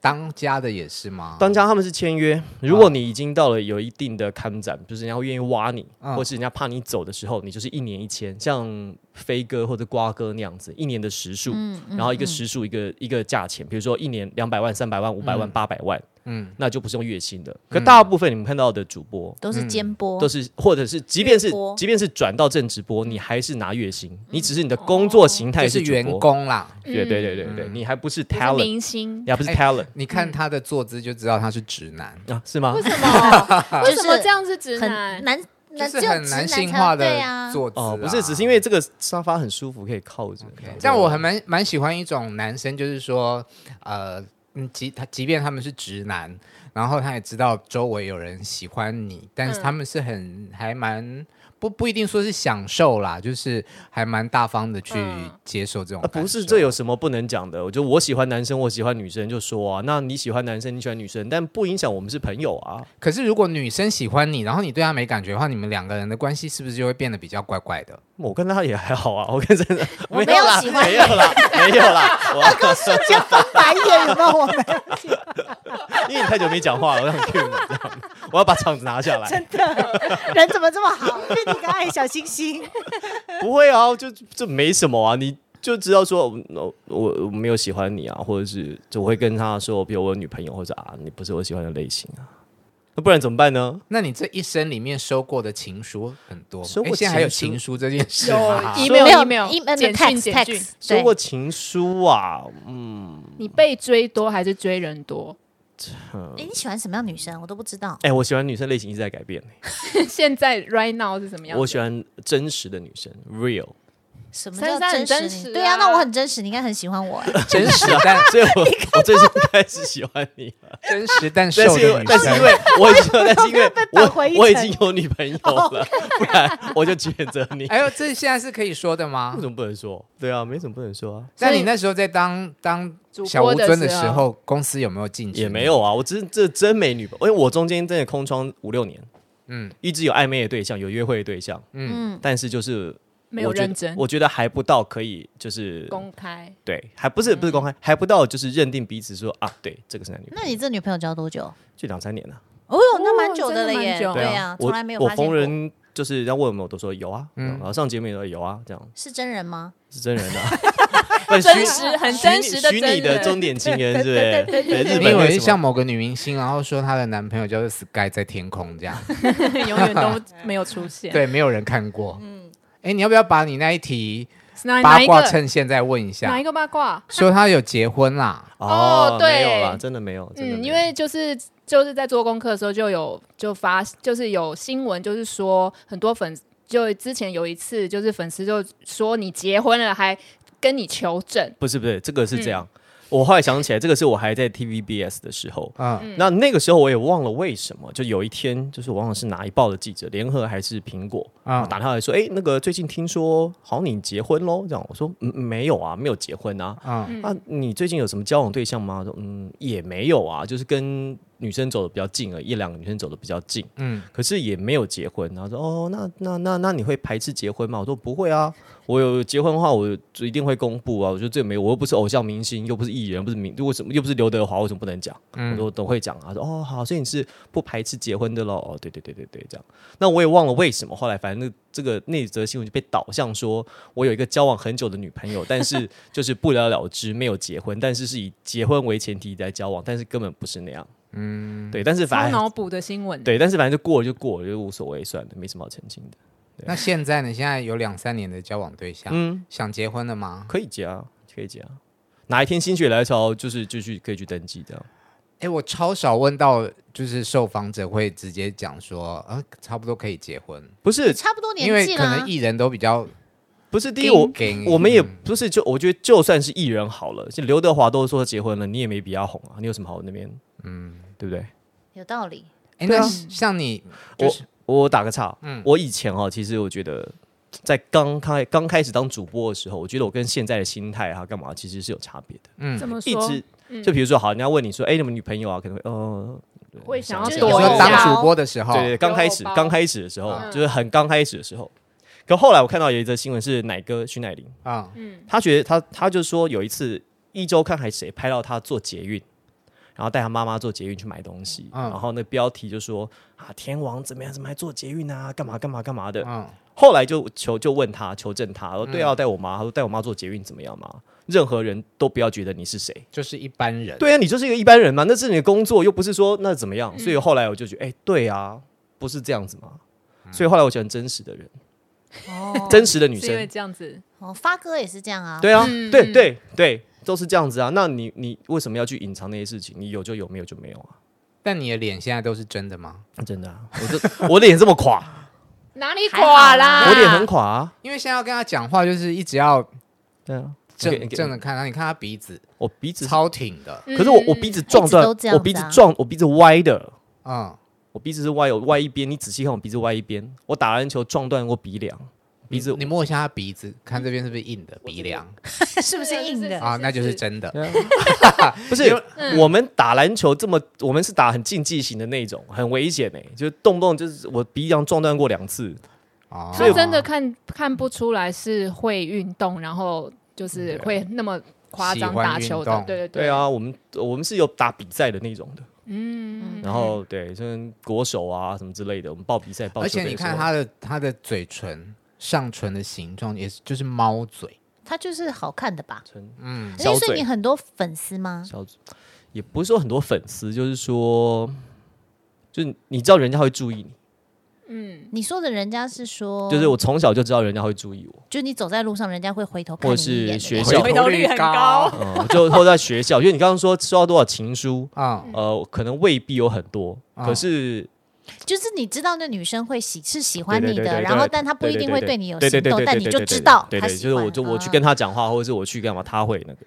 [SPEAKER 4] 当家的也是吗？
[SPEAKER 6] 当家他们是签约，如果你已经到了有一定的看展，就是人家会愿意挖你，
[SPEAKER 4] 嗯
[SPEAKER 6] 或是人家怕你走的时候，你就是一年一签，像飞哥或者瓜哥那样子，一年的时
[SPEAKER 3] 嗯
[SPEAKER 6] 数，然后一个时数一个一个价钱，比如说一年两百万、三百万、五百万、八百万，
[SPEAKER 4] 嗯
[SPEAKER 6] 嗯，那就不是用月薪的。可大部分你们看到的主播，
[SPEAKER 3] 都是尖波，
[SPEAKER 6] 嗯都是，或者是即便是
[SPEAKER 3] 直播
[SPEAKER 6] 即便是转到正直播，你还是拿月薪，你只是你的工作形态
[SPEAKER 4] 就是是
[SPEAKER 6] 主播
[SPEAKER 4] 员，工啦。
[SPEAKER 6] 对对对对对，你还不是
[SPEAKER 5] 不是
[SPEAKER 6] talent，
[SPEAKER 5] 明星
[SPEAKER 6] 你还不是
[SPEAKER 4] 哎
[SPEAKER 6] talent
[SPEAKER 4] 你
[SPEAKER 5] 嗯
[SPEAKER 4] 看他的坐姿就知道他是直男，
[SPEAKER 6] 啊？是吗
[SPEAKER 5] 为？什么？
[SPEAKER 3] 就
[SPEAKER 5] 为
[SPEAKER 3] 是
[SPEAKER 5] 什么这样是直
[SPEAKER 3] 很
[SPEAKER 5] 男？
[SPEAKER 3] 男，男
[SPEAKER 4] 就是
[SPEAKER 3] 只有
[SPEAKER 4] 很
[SPEAKER 3] 直
[SPEAKER 4] 男
[SPEAKER 3] 男
[SPEAKER 4] 性
[SPEAKER 3] 才
[SPEAKER 4] 化
[SPEAKER 3] 对
[SPEAKER 4] 的
[SPEAKER 3] 啊，
[SPEAKER 4] 坐姿啦。
[SPEAKER 6] 哦，不是，只是因为这个沙发很舒服，可以靠着。
[SPEAKER 4] 但我还蛮蛮喜欢一种男生，就是说，呃，嗯，即他即便他们是直男，然后他也知道周围有人喜欢你，但是他们是很还蛮不不一定说是享受啦，就是还蛮大方的去
[SPEAKER 5] 嗯
[SPEAKER 4] 接受这种
[SPEAKER 6] 啊，
[SPEAKER 4] 感受、
[SPEAKER 6] 不是，这有什么不能讲的？我觉得我喜欢男生，我喜欢女生就说啊，那你喜欢男生，你喜欢女生，但不影响我们是朋友啊。
[SPEAKER 4] 可是如果女生喜欢你，然后你对她没感觉的话，你们两个人的关系是不是就会变得比较怪怪的？
[SPEAKER 6] 我跟他也还好啊， 我跟真的
[SPEAKER 3] 我没
[SPEAKER 6] 有
[SPEAKER 3] 有
[SPEAKER 6] 啦，
[SPEAKER 3] 喜欢
[SPEAKER 6] 没有啦，没 有啦，我
[SPEAKER 3] 就翻白眼有没有？我们
[SPEAKER 6] 因为你太久没讲话了，我想 Q 你，你知道吗我要把场子拿下来。
[SPEAKER 3] 真的人怎么这么好？被你个爱小星星，
[SPEAKER 6] 不会啊，就这没什么啊，你就知道说，我我我没有喜欢你啊，或者是就我会跟他说，比如我有女朋友，或者啊，你不是我喜欢的类型啊，那不然怎么办呢？
[SPEAKER 4] 那你这一生里面收过的情书很多吗？
[SPEAKER 6] 收过
[SPEAKER 4] 诶现在还有
[SPEAKER 6] 情书
[SPEAKER 4] 情书这件事吗？
[SPEAKER 5] email
[SPEAKER 3] 没有
[SPEAKER 5] email
[SPEAKER 3] 一呃
[SPEAKER 5] 简讯
[SPEAKER 3] text
[SPEAKER 5] 简讯
[SPEAKER 3] text，
[SPEAKER 6] 说
[SPEAKER 3] 对
[SPEAKER 6] 过情书啊，
[SPEAKER 5] 你被追多还是追人多？
[SPEAKER 3] 诶你喜欢什么样的女生？我都不知道。
[SPEAKER 6] 哎、我喜欢女生类型一直在改变、
[SPEAKER 5] 现在 right now 是怎么样的？
[SPEAKER 6] 我喜欢真实的女生，real，
[SPEAKER 3] 什么
[SPEAKER 5] 珊
[SPEAKER 3] 叫
[SPEAKER 5] 珊很
[SPEAKER 3] 真实
[SPEAKER 5] 真
[SPEAKER 3] 你
[SPEAKER 5] 实
[SPEAKER 3] 对呀、
[SPEAKER 5] 啊
[SPEAKER 3] 那我很真实，你应该很喜欢我、哎
[SPEAKER 4] 真实但
[SPEAKER 6] 所以我我最近开始喜欢 你了，
[SPEAKER 4] 真实但
[SPEAKER 6] 但
[SPEAKER 4] 瘦
[SPEAKER 6] 是因
[SPEAKER 4] 的
[SPEAKER 6] 为
[SPEAKER 4] 女
[SPEAKER 6] 但是因
[SPEAKER 4] 生。
[SPEAKER 6] 为我已经，但是因为
[SPEAKER 3] 被绑回
[SPEAKER 6] 我
[SPEAKER 3] 一
[SPEAKER 6] 我已
[SPEAKER 3] 层
[SPEAKER 6] 经有女朋友了，不然我就谴责你。
[SPEAKER 4] 哎呦，这现在是可以说的吗
[SPEAKER 6] 为？什么不能说？对啊，没什么不能说啊。
[SPEAKER 4] 那
[SPEAKER 5] 所
[SPEAKER 4] 你
[SPEAKER 5] 以
[SPEAKER 4] 那时候在当当
[SPEAKER 5] 主
[SPEAKER 4] 小
[SPEAKER 5] 播
[SPEAKER 4] 吴
[SPEAKER 5] 的
[SPEAKER 4] 尊的
[SPEAKER 5] 时
[SPEAKER 4] 时候，公司有没有禁止？
[SPEAKER 6] 也没。有啊，我真这真没女朋友，因为我中间真的空窗五六年，
[SPEAKER 4] 嗯
[SPEAKER 6] 嗯，一直有暧昧的对象，有约会的对象，
[SPEAKER 3] 嗯，
[SPEAKER 6] 但是就是
[SPEAKER 5] 没有
[SPEAKER 6] 我觉得
[SPEAKER 5] 认真
[SPEAKER 6] 我觉得还不到可以就是
[SPEAKER 5] 公开，
[SPEAKER 6] 对，还不是不是公开，还不到就是认定彼此说啊，对，这个是男女朋
[SPEAKER 3] 那
[SPEAKER 6] 友，
[SPEAKER 3] 你这女朋友交多久？
[SPEAKER 6] 就两三年了，
[SPEAKER 3] 哦哟，那蛮久了
[SPEAKER 5] 真的
[SPEAKER 3] 耶。
[SPEAKER 5] 蛮久
[SPEAKER 3] 哦对
[SPEAKER 6] 啊
[SPEAKER 3] 呀，，从
[SPEAKER 6] 我
[SPEAKER 3] 来没有
[SPEAKER 6] 我
[SPEAKER 3] 发现
[SPEAKER 6] 逢
[SPEAKER 3] 过。
[SPEAKER 6] 人就是人家问我们，我都说有啊，
[SPEAKER 4] 嗯
[SPEAKER 6] 然后上节目也说有啊，这样
[SPEAKER 3] 是真人吗？
[SPEAKER 6] 是真人的啊，很
[SPEAKER 5] 真实很真实的
[SPEAKER 6] 虚拟的
[SPEAKER 5] 真
[SPEAKER 6] 终
[SPEAKER 5] 人。
[SPEAKER 6] 点情人是不是？对
[SPEAKER 4] 你
[SPEAKER 6] 日本
[SPEAKER 4] 以
[SPEAKER 6] 那个
[SPEAKER 4] 为
[SPEAKER 6] 什么
[SPEAKER 4] 像某个女明星，然后说她的男朋友叫做 Sky 在天空这样？
[SPEAKER 5] 永远都没有出现。
[SPEAKER 4] 对，没有人看过。嗯。哎，你要不要把你那一题
[SPEAKER 5] 是哪
[SPEAKER 4] 八
[SPEAKER 5] 哪一
[SPEAKER 4] 卦
[SPEAKER 5] 个
[SPEAKER 4] 趁现在问一
[SPEAKER 5] 哪
[SPEAKER 4] 下
[SPEAKER 5] 一？个八卦？
[SPEAKER 4] 说她有结婚啦？
[SPEAKER 5] 哦对
[SPEAKER 6] 没有啦，真的没有，真的
[SPEAKER 5] 嗯，因
[SPEAKER 6] 没有
[SPEAKER 5] 为就是就是在做功课的时候就有就发就是有新闻，就是说很多粉就之前有一次就是粉丝就说你结婚了还跟你求证，
[SPEAKER 6] 不是不是，这个是这样。我后来想起来，这个是我还在 TVBS 的时候。
[SPEAKER 4] 嗯，
[SPEAKER 6] 那那个时候我也忘了为什么，就有一天，就是我忘了是哪一报的记者，联合还是苹果
[SPEAKER 4] 啊
[SPEAKER 6] 啊，
[SPEAKER 5] 嗯
[SPEAKER 6] 打电话来说，哎、那个最近听说好像你结婚喽？这样我说、嗯、没有啊，没有结婚啊。
[SPEAKER 4] 嗯，
[SPEAKER 6] 啊，你最近有什么交往对象吗？他说嗯，也没有啊，就是跟女生走的比较近而已一两个女生走的比较近，
[SPEAKER 4] 嗯
[SPEAKER 6] 嗯，可是也没有结婚。然后说哦，那那那那你会排斥结婚吗？我说不会啊，我有结婚的话，我就一定会公布啊。我觉得这没有，我又不是偶像明星，又不是艺人，不是明，为什么又不是刘德华，为什么不能讲？我说我都会讲啊。他说哦好，所以你是不排斥结婚的喽？哦，对对对对对，这样。那我也忘了为什么，后来反正那这个那则新闻就被导向说我有一个交往很久的女朋友，但是就是不了了之，没有结婚，但是是以结婚为前提在交往，但是根本不是那样。嗯，对，但是
[SPEAKER 5] 超
[SPEAKER 6] 反正
[SPEAKER 5] 脑补的新闻。
[SPEAKER 6] 对，但是反正就过了就过了，就无所谓，算了，没什么好澄清的。
[SPEAKER 4] 那现在呢？现在有两三年的交往对象，
[SPEAKER 6] 嗯，
[SPEAKER 4] 想结婚了吗？
[SPEAKER 6] 可以加，可以加。哪一天心血来潮，就是就去可以去登记这样。
[SPEAKER 4] 哎，我超少问到，就是受访者会直接讲说，呃，差不多可以结婚，
[SPEAKER 6] 不是
[SPEAKER 3] 差不多
[SPEAKER 4] 因
[SPEAKER 3] 年
[SPEAKER 4] 为
[SPEAKER 3] 纪
[SPEAKER 4] 可
[SPEAKER 3] 啦
[SPEAKER 4] 能。艺人都比较
[SPEAKER 6] 不是，第一我
[SPEAKER 4] 给嗯
[SPEAKER 6] 我们也不是就我觉得就算是艺人好了，像刘德华都说结婚了，你也没比他红啊，你有什么好那边嗯，对不对？
[SPEAKER 3] 有道理，
[SPEAKER 4] 哎，
[SPEAKER 6] 对啊
[SPEAKER 4] 那像你，就
[SPEAKER 6] 我
[SPEAKER 4] 是
[SPEAKER 6] 我打个岔，
[SPEAKER 4] 嗯
[SPEAKER 6] 我以前哦，其实我觉得在刚开刚开始当主播的时候，我觉得我跟现在的心态啊干嘛其实是有差别的，
[SPEAKER 4] 嗯
[SPEAKER 5] 这，么
[SPEAKER 6] 一
[SPEAKER 5] 说
[SPEAKER 6] 直。
[SPEAKER 5] 嗯
[SPEAKER 6] 就比如说，好，人家问你说，哎、你们女朋友啊，可能会，呃，
[SPEAKER 5] 会想要
[SPEAKER 3] 就是
[SPEAKER 4] 我
[SPEAKER 5] 躲
[SPEAKER 3] 有
[SPEAKER 5] 一
[SPEAKER 4] 说
[SPEAKER 3] 偶包
[SPEAKER 5] 下
[SPEAKER 4] 当主播的时候
[SPEAKER 6] 对，对，刚开
[SPEAKER 5] 有
[SPEAKER 6] 始，
[SPEAKER 5] 包
[SPEAKER 6] 刚开始的时候，
[SPEAKER 5] 嗯
[SPEAKER 6] 就是很刚开始的时候。可后来我看到有一则新闻是奶哥徐乃麟，
[SPEAKER 4] 啊，
[SPEAKER 5] 嗯，
[SPEAKER 6] 他觉得他他就说有一次一周看还谁拍到他做捷运，然后带他妈妈做捷运去买东西，
[SPEAKER 4] 嗯
[SPEAKER 6] 然后那标题就说啊天王怎么样怎么还做捷运啊，干嘛干嘛干嘛的。
[SPEAKER 4] 嗯，
[SPEAKER 6] 后来就求就问他求证他，我说对啊，带我妈，他说带我妈做捷运怎么样嘛？任何人都不要觉得你是谁，
[SPEAKER 4] 就是一般人，
[SPEAKER 6] 对啊，你就是一个一般人嘛，那是你的工作，又不是说那怎么样。
[SPEAKER 3] 嗯
[SPEAKER 6] 所以后来我就觉得，哎、对啊，不是这样子嘛。所以后来我喜欢真实的人，
[SPEAKER 3] 哦，
[SPEAKER 6] 真实的女
[SPEAKER 5] 是因为
[SPEAKER 6] 生。
[SPEAKER 5] 这样子，
[SPEAKER 3] 哦，发哥也是这样啊，
[SPEAKER 6] 对啊，
[SPEAKER 5] 嗯
[SPEAKER 6] 对
[SPEAKER 5] 嗯
[SPEAKER 6] 对对，都是这样子啊。那你你为什么要去隐藏那些事情？你有就有，没有就没有啊。
[SPEAKER 4] 但你的脸现在都是真的吗？
[SPEAKER 6] 真的、啊，我这我脸这 么垮，
[SPEAKER 5] 哪里垮啦？
[SPEAKER 6] 我脸很垮、啊。
[SPEAKER 4] 因为现在要跟他讲话，就是一直要
[SPEAKER 6] 对 啊，你给
[SPEAKER 4] 正
[SPEAKER 6] 你给
[SPEAKER 4] 正的看他，你看他鼻子
[SPEAKER 6] 我鼻子，
[SPEAKER 4] 超挺的，
[SPEAKER 5] 嗯，
[SPEAKER 6] 可是我我鼻子撞
[SPEAKER 3] 一直
[SPEAKER 6] 断，
[SPEAKER 3] 都这样
[SPEAKER 6] 我
[SPEAKER 3] 子啊
[SPEAKER 6] 鼻子撞，我鼻子歪的，
[SPEAKER 4] 嗯，
[SPEAKER 6] 我鼻子是歪，我歪一边。你仔细看，我鼻子歪一边。我打篮球撞断过鼻梁，鼻子
[SPEAKER 4] 你摸一下他鼻子，看这边是不是硬的鼻梁
[SPEAKER 3] 是不是硬的？
[SPEAKER 4] 啊？那就是真的。
[SPEAKER 6] 不是，我们打篮球这么，我们是打很竞技型的那种，很危险哎、就动不动就是我鼻梁撞断过两次，
[SPEAKER 4] 哦，
[SPEAKER 5] 他真的看看不出来是会运动，然后就是会那么夸张
[SPEAKER 4] 喜欢
[SPEAKER 5] 打球
[SPEAKER 4] 运
[SPEAKER 5] 的，
[SPEAKER 4] 动
[SPEAKER 5] 对对
[SPEAKER 6] 嗯啊对，啊，我们我们是有打比赛的那种的，
[SPEAKER 5] 嗯，
[SPEAKER 6] 然后对，像国手啊什么之类的，我们报比赛报，
[SPEAKER 4] 而且你看，他的他的嘴唇上唇的形状，也是就是猫嘴，
[SPEAKER 3] 他就是好看的吧？
[SPEAKER 6] 纯
[SPEAKER 4] 嗯，
[SPEAKER 3] 所
[SPEAKER 6] 小
[SPEAKER 3] 以所以
[SPEAKER 6] 嘴
[SPEAKER 3] 你很多粉丝吗？
[SPEAKER 6] 小嘴，也不是说很多粉丝，就是说，就是你知道人家会注意你，
[SPEAKER 5] 嗯，
[SPEAKER 3] 你说的人家是说，
[SPEAKER 6] 就是我从小就知道人家会注意我，
[SPEAKER 3] 就你走在路上，人家会回头看
[SPEAKER 6] 或
[SPEAKER 3] 你
[SPEAKER 6] 者
[SPEAKER 3] 一眼
[SPEAKER 6] 是
[SPEAKER 3] 的感
[SPEAKER 6] 学
[SPEAKER 3] 觉
[SPEAKER 6] 校
[SPEAKER 5] 回头率很高
[SPEAKER 6] 嗯，就或者在学校，因为你刚刚说收到多少情书，
[SPEAKER 4] 啊，
[SPEAKER 5] 哦
[SPEAKER 6] 呃，可能未必有很多，
[SPEAKER 4] 啊
[SPEAKER 6] 可是。
[SPEAKER 3] 就是你知道那女生会喜是喜欢
[SPEAKER 6] 对
[SPEAKER 3] 你
[SPEAKER 6] 对对
[SPEAKER 3] 的，
[SPEAKER 6] 对
[SPEAKER 3] 然后
[SPEAKER 6] 对
[SPEAKER 3] 但她不一定会对你有
[SPEAKER 6] 对
[SPEAKER 3] 行
[SPEAKER 6] 对对
[SPEAKER 3] 动
[SPEAKER 6] 对，
[SPEAKER 3] 但
[SPEAKER 6] 对
[SPEAKER 3] 你
[SPEAKER 6] 对
[SPEAKER 3] 就
[SPEAKER 6] 对
[SPEAKER 3] 知
[SPEAKER 6] 对
[SPEAKER 3] 道
[SPEAKER 6] 对
[SPEAKER 3] 她
[SPEAKER 6] 对，
[SPEAKER 3] 喜
[SPEAKER 6] 就是我
[SPEAKER 3] 欢。
[SPEAKER 6] 就我去
[SPEAKER 3] 啊
[SPEAKER 6] 跟他讲话，或者是我去干嘛，他会那个，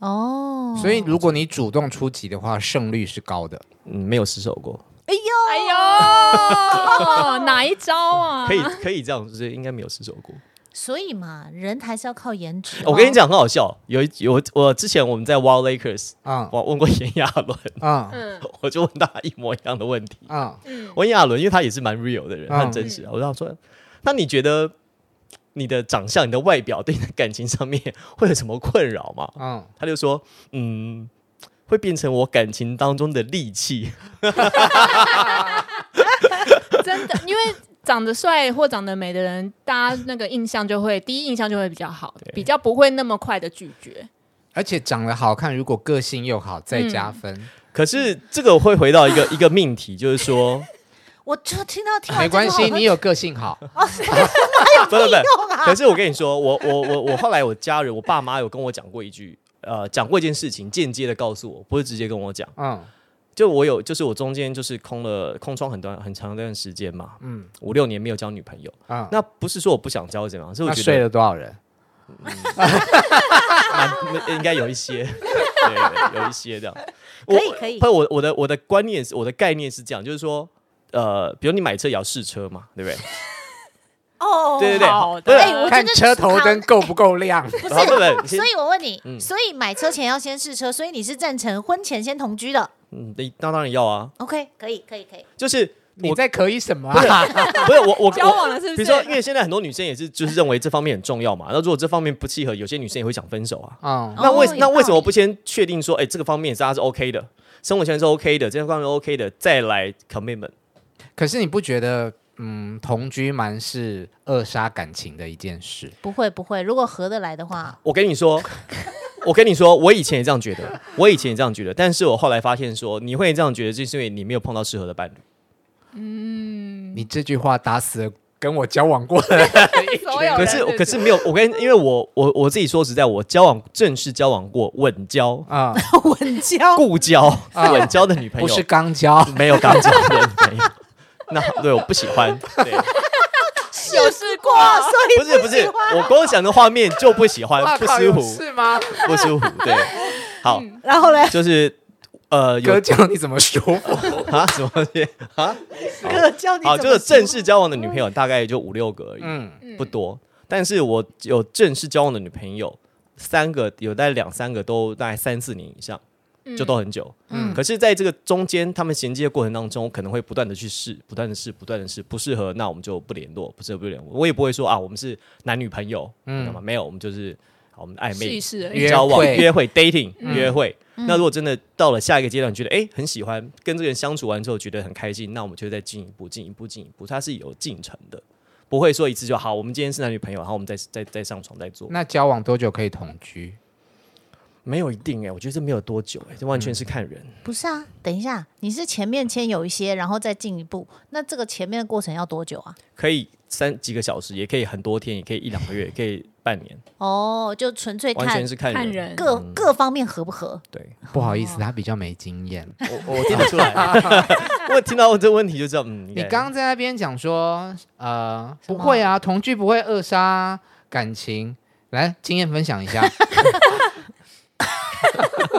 [SPEAKER 3] 哦，
[SPEAKER 4] 所以如果你主动出击的话，胜率是高的。
[SPEAKER 6] 嗯，没有失手过，
[SPEAKER 5] 哎呦，哪一招啊？
[SPEAKER 6] 可以可以这样，就是应该没有失手过。
[SPEAKER 3] 所以嘛，人还是要靠颜值哦。
[SPEAKER 6] 我跟你讲很好笑，有一有我之前我们在 Wild Lakers，
[SPEAKER 4] 嗯
[SPEAKER 5] 哦
[SPEAKER 6] 我问过炎亚纶，
[SPEAKER 4] 嗯
[SPEAKER 5] 嗯
[SPEAKER 6] 我就问他一模一样的问题。
[SPEAKER 4] 嗯，
[SPEAKER 5] 嗯，
[SPEAKER 6] 我问炎亚纶，因为他也是蛮 real 的人，他很
[SPEAKER 4] 嗯
[SPEAKER 6] 真实啊，我就说，那你觉得你的长相、你的外表对你的感情上面会有什么困扰吗？
[SPEAKER 4] 嗯，
[SPEAKER 6] 他就说，嗯，会变成我感情当中的利器。
[SPEAKER 5] 真的，因为长得帅或长得美的人，大家那个印象就会第一印象就会比较好，比较不会那么快的拒绝。
[SPEAKER 4] 而且长得好看，如果个性又好，再
[SPEAKER 5] 嗯
[SPEAKER 4] 加分。
[SPEAKER 6] 可是这个会回到一个一个命题，就是 说，
[SPEAKER 3] 我就听到听完
[SPEAKER 4] 没关
[SPEAKER 3] 这哎
[SPEAKER 4] 系，
[SPEAKER 3] 句话
[SPEAKER 4] 你有个性好，
[SPEAKER 6] 不不
[SPEAKER 4] 哎
[SPEAKER 3] 啊
[SPEAKER 6] 不，
[SPEAKER 4] 啊
[SPEAKER 6] 可是我跟你说，我我我我后来我家人，我爸妈有跟我讲过一句，呃，讲过一件事情，间接的告诉我，不是直接跟我讲，
[SPEAKER 4] 嗯
[SPEAKER 6] 就我有，就是我中间就是空了空窗很短很长一段时间嘛，
[SPEAKER 4] 嗯
[SPEAKER 6] 五六年没有交女朋友，
[SPEAKER 4] 嗯。
[SPEAKER 6] 那不是说我不想交怎么样，是我
[SPEAKER 4] 那
[SPEAKER 6] 觉
[SPEAKER 4] 睡
[SPEAKER 6] 得
[SPEAKER 4] 了多少人？
[SPEAKER 6] 蛮呃应该有 一些，对，有一些这样，
[SPEAKER 3] 可
[SPEAKER 6] 我
[SPEAKER 3] 以可以
[SPEAKER 6] 不，我我的我的观念是，我的概念是这样，就是说，呃，比如你买车也要试车嘛，对不对？
[SPEAKER 3] 哦，
[SPEAKER 6] 对对对
[SPEAKER 5] 好
[SPEAKER 6] 对
[SPEAKER 5] 的，
[SPEAKER 3] 哎我
[SPEAKER 4] 看
[SPEAKER 3] 觉得
[SPEAKER 4] 车头灯够不够亮？
[SPEAKER 3] 不
[SPEAKER 6] 然后对
[SPEAKER 3] 是。
[SPEAKER 6] 不对？
[SPEAKER 3] 所以我问你，
[SPEAKER 6] 嗯
[SPEAKER 3] 所以买车前要先试车，所以你是赞成婚前先同居的
[SPEAKER 6] 嗯，那那当然要啊，
[SPEAKER 3] ？OK，可以可以可以，
[SPEAKER 6] 就是
[SPEAKER 4] 你
[SPEAKER 6] 我
[SPEAKER 4] 在可以什么
[SPEAKER 6] 不是
[SPEAKER 4] 啊？
[SPEAKER 6] 不是我我
[SPEAKER 5] 交
[SPEAKER 6] 我
[SPEAKER 5] 往了是不
[SPEAKER 6] 比如说，因
[SPEAKER 5] 是？
[SPEAKER 6] 为现在很多女生也是就是认为这方面很重要嘛，那如果这方面不契合，有些女生也会想分手啊。
[SPEAKER 4] 嗯，
[SPEAKER 6] 那为、
[SPEAKER 3] 哦有
[SPEAKER 6] 那为什
[SPEAKER 3] 道
[SPEAKER 6] 么
[SPEAKER 3] 理
[SPEAKER 6] 不先确定说，哎、这个方面大家是 OK 的，生活圈是 OK 的，这个方面是 OK 的，再来 commitment？
[SPEAKER 4] 可是你不觉得，嗯，同居蛮是扼杀感情的一件事？
[SPEAKER 3] 不会不会，如果合得来的话，
[SPEAKER 6] 我跟你说， 我跟你说，我以前也这样觉得，我以前也这样觉得，但是我后来发现说，你会这样觉得，就是因为你没有碰到适合的伴侣。
[SPEAKER 4] 你这句话打死了跟我交往过的人，
[SPEAKER 5] 所有人
[SPEAKER 6] 哎可是
[SPEAKER 5] 不
[SPEAKER 6] 可是没有，我跟因为我我我自己说实在，我交往正式交往过稳交、
[SPEAKER 4] 啊、
[SPEAKER 3] 稳交，
[SPEAKER 6] 故交、
[SPEAKER 4] 啊
[SPEAKER 6] 稳交的女朋友，
[SPEAKER 4] 不是刚交，
[SPEAKER 6] 没有刚交的女朋友。那对我不喜欢， 对，
[SPEAKER 5] 有试过，
[SPEAKER 3] 哇，所以
[SPEAKER 6] 不是不是，我光想的画面就不喜欢，
[SPEAKER 4] 哇
[SPEAKER 6] 不
[SPEAKER 4] 靠
[SPEAKER 6] 舒
[SPEAKER 4] 有
[SPEAKER 6] 服，
[SPEAKER 4] 是吗？嗯
[SPEAKER 6] 不舒服，对，好，
[SPEAKER 3] 然后嘞，
[SPEAKER 6] 就是呃有
[SPEAKER 4] 哥教你怎么舒 服？
[SPEAKER 6] 啊什么东西啊，
[SPEAKER 3] 哥教你
[SPEAKER 6] 好，
[SPEAKER 3] 怎
[SPEAKER 6] 就
[SPEAKER 3] 么
[SPEAKER 6] 是正式交往的女朋友大概也就五六个而已，
[SPEAKER 4] 嗯，
[SPEAKER 6] 不多。但是我有正式交往的女朋友，三个有大概两三个都大概三四年以上，就都很久。
[SPEAKER 4] 嗯
[SPEAKER 6] 可是在这个中间，他们衔接的过程当中，我可能会不断的去试，不断的试，不断的试，不适合那我们就不联络，不适合不联络。我也不会说啊，我们是男女朋友，
[SPEAKER 4] 嗯
[SPEAKER 6] 嗯，道吗？没有，我们就是好我们暧
[SPEAKER 5] 试一
[SPEAKER 6] 昧。
[SPEAKER 5] 试而已。
[SPEAKER 4] 约
[SPEAKER 6] 交往、
[SPEAKER 4] 会
[SPEAKER 6] 约会、dating、
[SPEAKER 4] 嗯
[SPEAKER 6] 约会，那如果真的到了下一个阶段，觉得哎、诶很喜欢，跟这个人相处完之后觉得很开心，那我们就再进一步、进一步、进一步，它是有进程的，不会说一次就好。我们今天是男女朋友，然后我们再再再上床再做，
[SPEAKER 4] 那交往多久可以同居？
[SPEAKER 6] 没有一定哎、我觉得这没有多久哎、这完全是看人。
[SPEAKER 3] 不是啊？等一下，你是前面先有一些，然后再进一步，那这个前面的过程要多久啊？
[SPEAKER 6] 可以三几个小时，也可以很多天，也可以一两个月，也可以半年，
[SPEAKER 3] 哦，就纯粹
[SPEAKER 6] 完
[SPEAKER 3] 看
[SPEAKER 6] 全是嗯看人。
[SPEAKER 5] 看人
[SPEAKER 3] 各各方面合不合。
[SPEAKER 6] 对，
[SPEAKER 4] 不好意思，他比较没经 验。
[SPEAKER 6] 我我听得出来， 我听到这个问题就知道，嗯，应
[SPEAKER 4] 你
[SPEAKER 6] 该
[SPEAKER 4] 刚刚在那边讲说，呃，
[SPEAKER 3] 什
[SPEAKER 4] 不
[SPEAKER 3] 么
[SPEAKER 4] 会啊，同居不会扼杀感情。来，经验分享一下，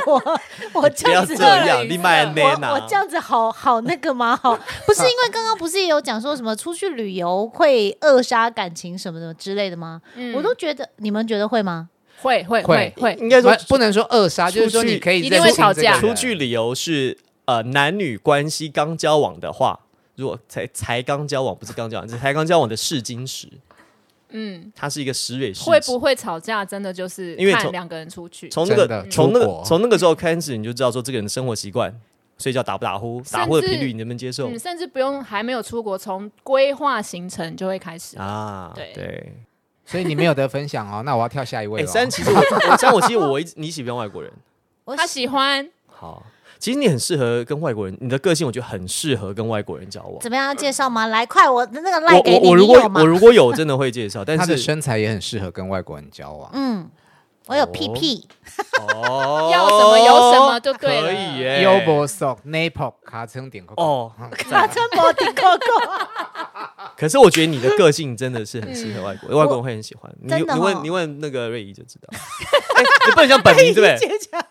[SPEAKER 3] 我
[SPEAKER 6] 哎不
[SPEAKER 3] 这
[SPEAKER 6] 要
[SPEAKER 3] 样子
[SPEAKER 6] 这样，你买
[SPEAKER 3] 我
[SPEAKER 6] 内呐，
[SPEAKER 3] 我这样子好好那个吗？好，不是因为刚刚不是也有讲说什么出去旅游会扼杀感情什么的之类的吗？
[SPEAKER 5] 嗯
[SPEAKER 3] 我都觉得你们觉得会吗？
[SPEAKER 5] 会会
[SPEAKER 4] 会
[SPEAKER 5] 会会，
[SPEAKER 6] 应该说
[SPEAKER 4] 不不能说扼杀，就是说
[SPEAKER 6] 出去
[SPEAKER 4] 你可以
[SPEAKER 5] 一定
[SPEAKER 4] 认
[SPEAKER 5] 会
[SPEAKER 4] 清
[SPEAKER 5] 吵
[SPEAKER 4] 这个
[SPEAKER 5] 架
[SPEAKER 4] 人
[SPEAKER 6] 出去旅游是呃男女关系刚交往的话，如果才才刚交往，不是刚交往，是才刚交往的试金石，
[SPEAKER 5] 嗯，
[SPEAKER 6] 它是一个石蕊试
[SPEAKER 5] 会
[SPEAKER 6] 纸
[SPEAKER 5] 不。会吵架？真的就是
[SPEAKER 6] 因为
[SPEAKER 5] 看
[SPEAKER 6] 从
[SPEAKER 5] 两个人出去，
[SPEAKER 6] 从那
[SPEAKER 4] 真的
[SPEAKER 6] 个从
[SPEAKER 4] 出
[SPEAKER 6] 那个
[SPEAKER 4] 国
[SPEAKER 6] 从那个时候开始，你就知道说这个人的生活习惯，睡觉打不打呼，打呼的频率你能不能接受
[SPEAKER 5] 嗯，甚至不用还没有出国，从规划行程就会开始。
[SPEAKER 6] 啊？
[SPEAKER 5] 对
[SPEAKER 6] 对，
[SPEAKER 4] 所以你没有得分享哦。那我要跳下一位
[SPEAKER 6] 哎，
[SPEAKER 4] 了。
[SPEAKER 6] 三其实我我三我其实我一直你喜不喜欢外国人？
[SPEAKER 3] 我
[SPEAKER 5] 他喜欢
[SPEAKER 6] 好，其实你很适合跟外国人，你的个性我觉得很适合跟外国人交往。
[SPEAKER 3] 怎么样要介绍吗？来，快，我那个赖
[SPEAKER 6] 我
[SPEAKER 3] 给
[SPEAKER 6] 我
[SPEAKER 3] 你，
[SPEAKER 6] 我如
[SPEAKER 3] 你
[SPEAKER 6] 果
[SPEAKER 3] 有吗
[SPEAKER 6] 我？如果有真的会介绍，但
[SPEAKER 4] 他的
[SPEAKER 6] 是
[SPEAKER 4] 身材也很适合跟外国人交往。
[SPEAKER 3] 嗯，我有屁屁，
[SPEAKER 6] 哦
[SPEAKER 5] 要什么有什么就对了。
[SPEAKER 6] 可以耶，
[SPEAKER 4] 优博 sok Naples 哦卡称点哎哦，
[SPEAKER 6] 哦。
[SPEAKER 3] 卡车摩顶扣 扣。
[SPEAKER 6] 可是我觉得你的个性真的是很适合外国，外国人会很喜欢。你
[SPEAKER 3] 真的
[SPEAKER 6] 你
[SPEAKER 3] 哦
[SPEAKER 6] 问你问那个瑞怡就知道。哎你不能讲本名 对不对？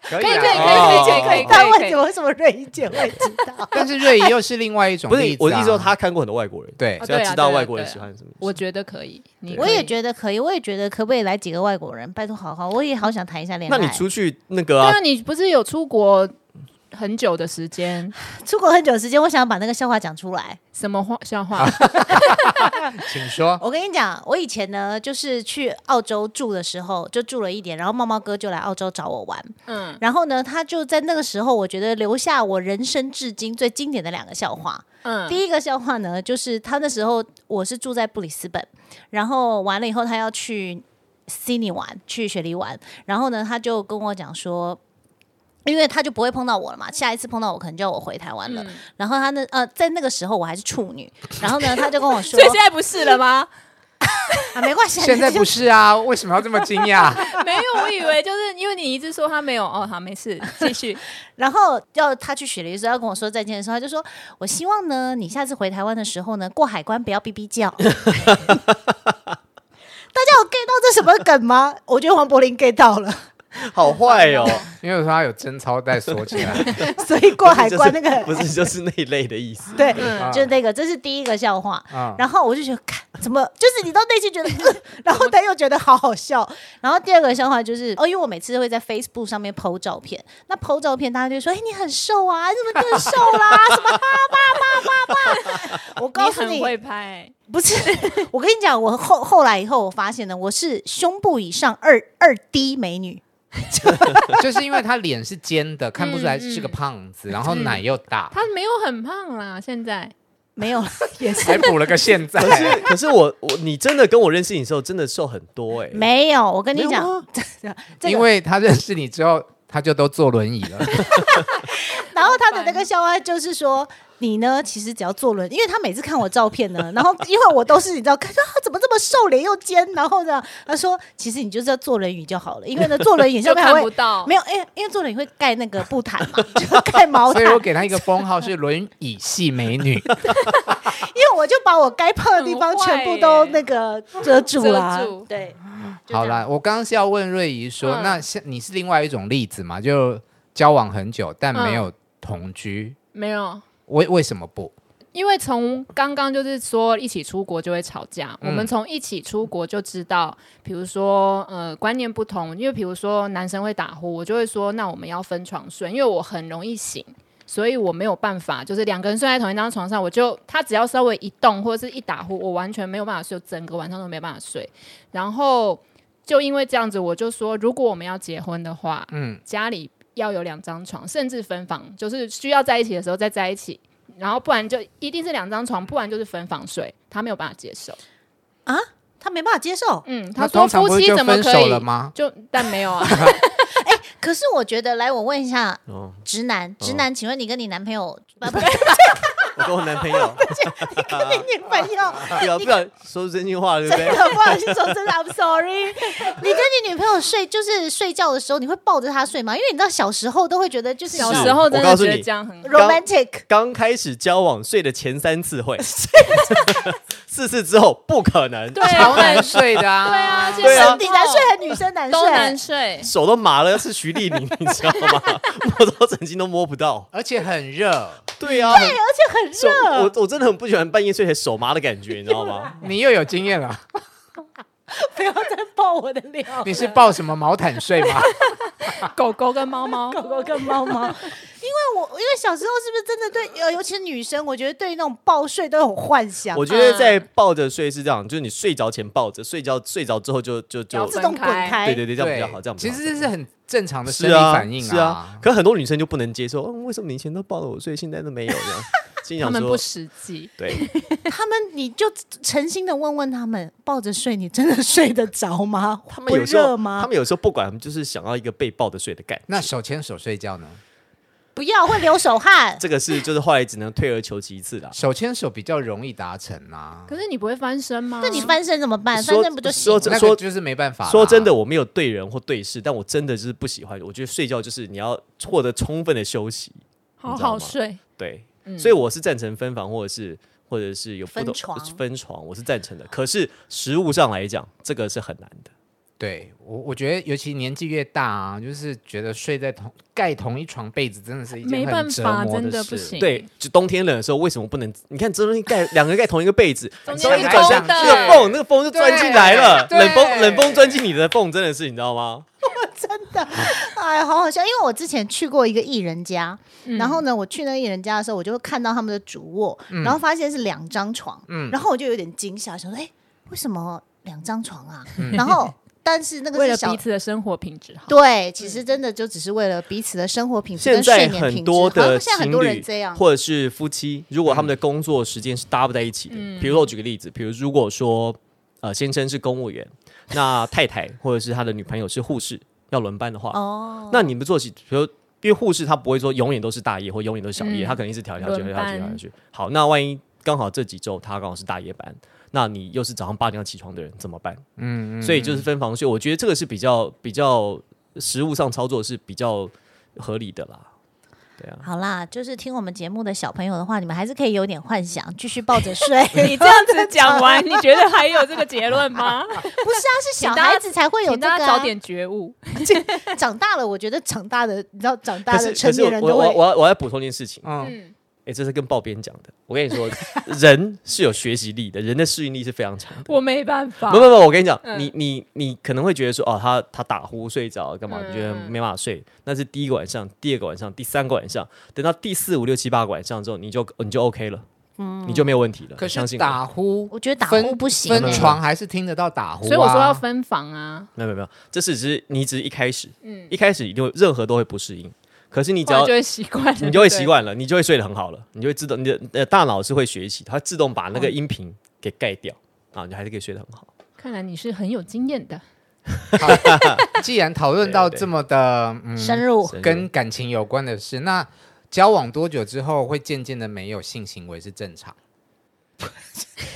[SPEAKER 4] 可以
[SPEAKER 5] 可以
[SPEAKER 4] 啦
[SPEAKER 5] 可以可以
[SPEAKER 4] 哦
[SPEAKER 5] 可以可以可以
[SPEAKER 4] 哦
[SPEAKER 5] 可以
[SPEAKER 3] 他为什么为什么瑞英姐会知 道？
[SPEAKER 4] 但是瑞怡又是另外一种
[SPEAKER 6] 不是
[SPEAKER 4] 例子啊，
[SPEAKER 6] 我的意思说他看过很多外国人，
[SPEAKER 4] 对
[SPEAKER 5] 啊
[SPEAKER 6] 所以
[SPEAKER 5] 对啊
[SPEAKER 6] 他知道
[SPEAKER 5] 对啊
[SPEAKER 6] 外国人
[SPEAKER 5] 对啊
[SPEAKER 6] 喜欢什么。
[SPEAKER 5] 我觉得可以，你
[SPEAKER 3] 我也
[SPEAKER 5] 得。
[SPEAKER 3] 觉得可以，我也觉得可不可以来几个外国人？拜托，好好，我也好想谈一下恋
[SPEAKER 6] 那
[SPEAKER 3] 爱。
[SPEAKER 6] 你出去那个
[SPEAKER 5] 对
[SPEAKER 6] 啊
[SPEAKER 5] 啊，，你不是有出国很久的时间？
[SPEAKER 3] 出国很久的时间，我想把那个笑话讲出来。
[SPEAKER 5] 什么话笑 话？
[SPEAKER 4] 请说。
[SPEAKER 3] 我跟你讲，我以前呢，就是去澳洲住的时候，就住了一年，然后茂茂哥就来澳洲找我玩，
[SPEAKER 5] 嗯，
[SPEAKER 3] 然后呢，他就在那个时候，我觉得留下我人生至今最经典的两个笑话。
[SPEAKER 5] 嗯，
[SPEAKER 3] 第一个笑话呢，就是他那时候我是住在布里斯本，然后完了以后他要去悉尼玩，去雪梨玩，然后呢他就跟我讲说。因为他就不会碰到我了嘛，下一次碰到我可能就要我回台湾了。
[SPEAKER 5] 嗯
[SPEAKER 3] 然后他那呃，在那个时候我还是处女，然后呢他就跟 我说
[SPEAKER 5] 所以现在不是了 吗？
[SPEAKER 3] 啊，没关系，
[SPEAKER 4] 现在
[SPEAKER 3] 你就
[SPEAKER 4] 不是啊，为什么要这么惊讶？
[SPEAKER 5] 没有，我以为就是因为你一直说他没有哦，好，没 事，继续。
[SPEAKER 3] 然后要他去雪梨的时候要跟我说再见的时候，他就说：“我希望呢，你下次回台湾的时候呢，过海关不要哔哔叫。”大家有 get 到这什么梗吗？我觉得黄柏林 get 到了，
[SPEAKER 6] 好坏哦，
[SPEAKER 4] 因为我说他有贞操带锁起来，
[SPEAKER 3] 所以过海关
[SPEAKER 6] 就
[SPEAKER 3] 那
[SPEAKER 6] 是
[SPEAKER 3] 个、
[SPEAKER 6] 不是就是那一类的意思。
[SPEAKER 3] 对，
[SPEAKER 4] 嗯
[SPEAKER 3] 就是那个，这是第一个笑话。
[SPEAKER 4] 啊
[SPEAKER 3] 然后我就觉得，看怎么，就是你到内心觉得， 呃然后他又觉得好好笑。然后第二个笑话就是，哦，因为我每次会在 Facebook 上面 PO 照片，那 PO 照片大家就说，哎，你很瘦啊，你怎么变瘦啦？ 什么啊，爸爸爸爸，我告诉
[SPEAKER 5] 很
[SPEAKER 3] 你，
[SPEAKER 5] 会拍，
[SPEAKER 3] 不是，我跟你讲，我后后来以后，我发现呢，我是胸部以上二二 D 美女，
[SPEAKER 4] 嗯就是因为他脸是尖的，看不出来是个胖子，然后奶又 大，
[SPEAKER 5] 他没有很胖啦，现在
[SPEAKER 3] 没有了，也是
[SPEAKER 4] 还补了个现 在。
[SPEAKER 6] 可 是可是我我你真的跟我认识你的时候真的瘦很多哎，
[SPEAKER 3] 没有。我跟你
[SPEAKER 6] 没有
[SPEAKER 3] 讲
[SPEAKER 6] 吗，
[SPEAKER 3] 这
[SPEAKER 4] 因
[SPEAKER 3] 个，
[SPEAKER 4] 为他认识你之后，他就都坐轮椅了。
[SPEAKER 3] 然后他的那个笑话就是说，你呢，其实只要坐轮，因为他每次看我照片呢，然 后因为我都是你知道，看他啊怎么这么瘦，脸又尖，然后呢，他说其实你就是要坐轮椅就好了，因为呢坐轮椅
[SPEAKER 5] 就
[SPEAKER 3] 上面还
[SPEAKER 5] 看
[SPEAKER 3] 会
[SPEAKER 5] 不到，
[SPEAKER 3] 没有，因为因为坐轮椅会盖那个布毯嘛，就盖毛
[SPEAKER 4] 所
[SPEAKER 3] 毯
[SPEAKER 4] 以，我给她一个封号是轮椅系美女。
[SPEAKER 3] 因为我就把我该碰的地方全部 都那个遮住了、
[SPEAKER 5] 遮住
[SPEAKER 3] 对，就这样
[SPEAKER 4] 好啦，我刚刚是要问瑞怡说，
[SPEAKER 5] 嗯
[SPEAKER 4] 那像你是另外一种例子嘛？就交往很久但没有同居，
[SPEAKER 5] 没有。
[SPEAKER 4] 为为什么不？
[SPEAKER 5] 因为从刚刚就是说一起出国就会吵架，我
[SPEAKER 4] 嗯
[SPEAKER 5] 们从一起出国就知道，比如说呃观念不同，因为比如说男生会打呼，我就会说那我们要分床睡，因为我很容易醒，所以我没有办法，就是两个人睡在同一张床上，我就他只要稍微一动或者是一打呼，我完全没有办法睡，我整个晚上都没办法睡。然后就因为这样子，我就说如果我们要结婚的话，
[SPEAKER 4] 嗯，
[SPEAKER 5] 家里要有两张床，甚至分房，就是需要在一起的时候再在一起，然后不然就一定是两张床，不然就是分房睡，他没有办法接受。
[SPEAKER 3] 啊，他没办法接受。
[SPEAKER 5] 嗯，他
[SPEAKER 4] 那
[SPEAKER 5] 说
[SPEAKER 4] 通常
[SPEAKER 5] 夫
[SPEAKER 4] 不是
[SPEAKER 5] 妻
[SPEAKER 4] 就
[SPEAKER 5] 怎么
[SPEAKER 4] 分
[SPEAKER 5] 可
[SPEAKER 4] 手
[SPEAKER 5] 以
[SPEAKER 4] 了？吗？
[SPEAKER 5] 就但没 有啊，
[SPEAKER 3] 可是我觉得，来，我问一下
[SPEAKER 6] 哦，
[SPEAKER 3] 直男，直男，请问你跟你男朋友， 不不，
[SPEAKER 6] 我跟我男朋友，
[SPEAKER 3] 跟你女朋友，
[SPEAKER 6] 对啊，不然说出 真心话，对不
[SPEAKER 3] 真
[SPEAKER 6] 对？
[SPEAKER 3] 的不好意思说，真的，I'm sorry。你跟你女朋友睡，就是睡觉的时候，你会抱着她睡吗？因为你知道小时候都会觉得，就是
[SPEAKER 5] 小
[SPEAKER 6] 是
[SPEAKER 5] 时候真的
[SPEAKER 6] 我告诉
[SPEAKER 5] 觉得
[SPEAKER 6] 你
[SPEAKER 5] 这样很好
[SPEAKER 3] romantic，
[SPEAKER 6] 刚开始交往睡的前三次会， 四次之后不可能，
[SPEAKER 5] 对啊，
[SPEAKER 4] 超难睡的啊！
[SPEAKER 5] 对啊，其实
[SPEAKER 6] 对
[SPEAKER 3] 是
[SPEAKER 6] 啊
[SPEAKER 3] 你难睡还是女生难
[SPEAKER 5] 都难
[SPEAKER 3] 睡？
[SPEAKER 5] 睡，
[SPEAKER 6] 手都麻了，要是徐丽 玲，你知道吗？摸到枕巾都摸不到。
[SPEAKER 4] 而且很热，
[SPEAKER 6] 对啊，
[SPEAKER 3] 对，而且很
[SPEAKER 6] 手
[SPEAKER 3] 热。
[SPEAKER 6] 我我真的很不喜欢半夜睡起来手麻的感觉，你知道吗？
[SPEAKER 4] 你又有经验了。
[SPEAKER 3] 不要再抱我的脸，
[SPEAKER 4] 你是抱什么毛毯睡吗？
[SPEAKER 5] 狗狗跟猫 猫，
[SPEAKER 3] 狗狗跟猫猫。因为我因为小时候是不是真的对，呃，尤其是女生，我觉得对那种抱睡都有幻想
[SPEAKER 6] 我，觉得在抱着睡是这样，就是你睡着前抱着，睡觉睡着之后就就就
[SPEAKER 5] 要，
[SPEAKER 3] 自动滚开。
[SPEAKER 6] 对对对，这样 比较
[SPEAKER 4] 对
[SPEAKER 6] 好，这样比
[SPEAKER 4] 其
[SPEAKER 6] 较好
[SPEAKER 4] 实这是很正常的生
[SPEAKER 6] 是
[SPEAKER 4] 理
[SPEAKER 6] 啊
[SPEAKER 4] 反应
[SPEAKER 6] 是啊
[SPEAKER 4] 啊。。
[SPEAKER 6] 可很多女生就不能接受，嗯，为什么你以前都抱着我睡，现在都没有这样？心
[SPEAKER 5] 他
[SPEAKER 6] 想
[SPEAKER 5] 们不
[SPEAKER 6] 说，
[SPEAKER 5] 实际。
[SPEAKER 6] 对，
[SPEAKER 3] 他们，你就诚心的问问他们，抱着睡，你真的睡得着吗？
[SPEAKER 6] 他们
[SPEAKER 3] 不
[SPEAKER 6] 有时候
[SPEAKER 3] 热吗？
[SPEAKER 6] 他们有时候不管，他们就是想要一个被抱着睡的感觉。
[SPEAKER 4] 那手牵手睡觉呢？
[SPEAKER 3] 不要会流手汗。
[SPEAKER 6] 这个是就是后来只能退而求其次啦。
[SPEAKER 4] 手牵手比较容易达成啊。
[SPEAKER 5] 可是你不会翻身吗？
[SPEAKER 3] 那你翻身怎么办？翻
[SPEAKER 6] 说
[SPEAKER 3] 身不就行
[SPEAKER 6] 说
[SPEAKER 3] 了？
[SPEAKER 6] 这
[SPEAKER 4] 那个就是没办法啦。
[SPEAKER 6] 说真的，我没有对人或对事，但我真的就是不喜欢。我觉得睡觉就是你要获得充分的休息，
[SPEAKER 5] 好
[SPEAKER 6] 你知道
[SPEAKER 5] 好
[SPEAKER 6] 吗
[SPEAKER 5] 睡，
[SPEAKER 6] 对，
[SPEAKER 5] 嗯
[SPEAKER 6] 所以我是赞成分房或者是或者是有不
[SPEAKER 3] 分
[SPEAKER 6] 同
[SPEAKER 3] 床
[SPEAKER 6] 分床，我是赞成的。可是实物上来讲，这个是很难的。
[SPEAKER 4] 对我，我觉得尤其年纪越大啊，就是觉得睡在同盖同一床被子，真的是一
[SPEAKER 5] 没
[SPEAKER 4] 件
[SPEAKER 5] 办
[SPEAKER 4] 很折
[SPEAKER 5] 法
[SPEAKER 4] 磨
[SPEAKER 5] 真的
[SPEAKER 4] 事。
[SPEAKER 5] 不行
[SPEAKER 6] 对，就冬天冷的时候，为什么不能？你看，这东西盖两个人盖同一个被子，
[SPEAKER 5] 中
[SPEAKER 6] 你
[SPEAKER 5] 间
[SPEAKER 6] 稍微
[SPEAKER 5] 一
[SPEAKER 6] 不
[SPEAKER 5] 个
[SPEAKER 6] 转身，
[SPEAKER 5] 缝的
[SPEAKER 6] 那个缝，那个风就
[SPEAKER 4] 对
[SPEAKER 6] 钻进来了，
[SPEAKER 4] 对
[SPEAKER 6] 冷风冷风钻进你的缝，真的是你知道吗？
[SPEAKER 3] 真的，哎，好好笑。因为我之前去过一个艺人家，
[SPEAKER 5] 嗯
[SPEAKER 3] 然后呢，我去那个艺人家的时候，我就看到他们的主卧，
[SPEAKER 6] 嗯
[SPEAKER 3] 然后发现是两张床，然后我就有点惊吓，想说，哎，为什么两张床啊？
[SPEAKER 6] 嗯
[SPEAKER 3] 然后，但是那个
[SPEAKER 5] 为
[SPEAKER 3] 是
[SPEAKER 5] 了
[SPEAKER 3] 小
[SPEAKER 5] 彼。此的生活品质好，
[SPEAKER 3] 对，其实真的就只是为了彼此的生活品质
[SPEAKER 6] 嗯现
[SPEAKER 3] 跟睡
[SPEAKER 6] 在
[SPEAKER 3] 眠品
[SPEAKER 6] 很
[SPEAKER 3] 质。
[SPEAKER 6] 多
[SPEAKER 3] 好
[SPEAKER 6] 的
[SPEAKER 3] 像现在很
[SPEAKER 6] 情
[SPEAKER 3] 多人
[SPEAKER 6] 侣
[SPEAKER 3] 这样，
[SPEAKER 6] 或者是夫妻，如果他们的工作时间是搭不在一起的，
[SPEAKER 3] 嗯
[SPEAKER 6] 比如说我举个例子，比如如果说呃先生是公务员，那太太或者是他的女朋友是护士，要轮班的话，
[SPEAKER 3] 哦，
[SPEAKER 6] 那你们做起，比如因为护士他不会说永远都是大夜或永远都是小
[SPEAKER 5] 嗯
[SPEAKER 6] 夜，他肯定是调来调去、
[SPEAKER 5] 轮
[SPEAKER 6] 调来调
[SPEAKER 5] 班
[SPEAKER 6] 去、调来调去。好，那万一刚好这几周他刚好是大夜班，那你又是早上八点要起床的人怎么办？嗯所以就是分房睡，我觉得这个是比较比较实物上操作是比较合理的啦。对啊，
[SPEAKER 3] 好啦，就是听我们节目的小朋友的话，你们还是可以有点幻想，继续抱着 睡。
[SPEAKER 5] 你这样子讲 完，你觉得还有这个结论 吗？
[SPEAKER 3] 不是啊，是小
[SPEAKER 5] 请大家
[SPEAKER 3] 孩子才会有
[SPEAKER 5] 请
[SPEAKER 3] 这个、
[SPEAKER 5] 大
[SPEAKER 3] 啊。
[SPEAKER 5] 家早点觉悟。
[SPEAKER 3] 长大了，我觉得长大的，你知道，长大
[SPEAKER 6] 可
[SPEAKER 3] 的
[SPEAKER 6] 是
[SPEAKER 3] 成
[SPEAKER 6] 可是
[SPEAKER 3] 年
[SPEAKER 6] 我
[SPEAKER 3] 人
[SPEAKER 6] 我
[SPEAKER 3] 都
[SPEAKER 6] 我
[SPEAKER 3] 会。
[SPEAKER 6] 我要我要补充一件事情，
[SPEAKER 4] 嗯，
[SPEAKER 5] 嗯，
[SPEAKER 6] 哎、这是跟豹边讲的。我跟你 说，人是有学习力的，人的适应力是非常强的。
[SPEAKER 5] 我没办法
[SPEAKER 6] 不。不不，我跟你讲，
[SPEAKER 5] 嗯
[SPEAKER 6] 你你你可能会觉得说，哦，他他打呼睡着干嘛？
[SPEAKER 5] 嗯
[SPEAKER 6] 你觉得没办法睡，那是第一个晚上，第二个晚上，第三个晚上，等到第四五六七八个晚上之后，你就你就 OK 了，你就没有问题
[SPEAKER 4] 嗯
[SPEAKER 6] 了。
[SPEAKER 4] 可
[SPEAKER 6] 相
[SPEAKER 4] 是
[SPEAKER 6] 信我，
[SPEAKER 4] 打呼，
[SPEAKER 3] 我觉得打
[SPEAKER 4] 分
[SPEAKER 3] 呼不行欸
[SPEAKER 4] 分床还是听得到打呼、啊。
[SPEAKER 5] 所以我说要分房啊，
[SPEAKER 6] 没有没有没有，这是只是你只是一开始，
[SPEAKER 5] 嗯，
[SPEAKER 6] 一开始一定会任何都会不适应，可是你只
[SPEAKER 5] 后来
[SPEAKER 6] 要
[SPEAKER 5] 就会习惯了，
[SPEAKER 6] 你就会
[SPEAKER 5] 对
[SPEAKER 6] 习。惯了，你就会睡得很好了，你就会自动你的你的大脑是会学习，它自动把那个
[SPEAKER 4] 嗯
[SPEAKER 6] 音频给盖掉啊，你还是可以睡得很好。
[SPEAKER 5] 看来你是很有经验的，
[SPEAKER 4] 既然讨论到这么的嗯
[SPEAKER 3] 深入
[SPEAKER 6] 深入
[SPEAKER 3] 哦
[SPEAKER 4] 跟感情有关的事，那交往多久之后会渐渐的没有性行为是正常。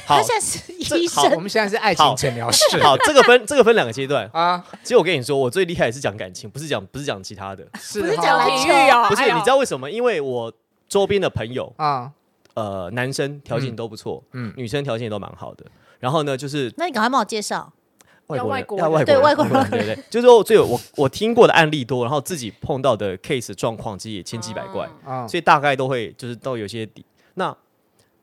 [SPEAKER 6] 好
[SPEAKER 3] 他，现在是
[SPEAKER 6] 这
[SPEAKER 3] 医
[SPEAKER 6] 好
[SPEAKER 4] 我
[SPEAKER 3] 生，
[SPEAKER 4] 们现在是爱情诊疗室
[SPEAKER 6] 好，这个分这个分两个阶段。
[SPEAKER 4] 啊，
[SPEAKER 6] 其实我跟你说，我最厉害的是讲感情，不是讲不是讲其他的。
[SPEAKER 4] 是
[SPEAKER 3] 不是
[SPEAKER 4] 哈
[SPEAKER 3] 讲篮
[SPEAKER 5] 体
[SPEAKER 3] 球
[SPEAKER 5] 育哦，
[SPEAKER 6] 不是，
[SPEAKER 5] 哎呦
[SPEAKER 6] 你知道为什么？因为我周边的朋友，
[SPEAKER 4] 啊，
[SPEAKER 6] 呃，男生条件都不错，
[SPEAKER 4] 嗯
[SPEAKER 6] 嗯，女生条件也都蛮好的。然后呢，就是
[SPEAKER 3] 那你赶快帮我介绍。
[SPEAKER 6] 外
[SPEAKER 5] 要
[SPEAKER 6] 国人
[SPEAKER 5] 外国，
[SPEAKER 6] 要
[SPEAKER 5] 人
[SPEAKER 6] 外国
[SPEAKER 3] 对
[SPEAKER 6] 人，
[SPEAKER 3] 外国人
[SPEAKER 6] 对对，就是说我最有我我听过的案例多，然后自己碰到的 case 状况其实也千奇百
[SPEAKER 5] 哦
[SPEAKER 6] 怪，
[SPEAKER 4] 啊，
[SPEAKER 6] 所以大概都会就是都有些底。那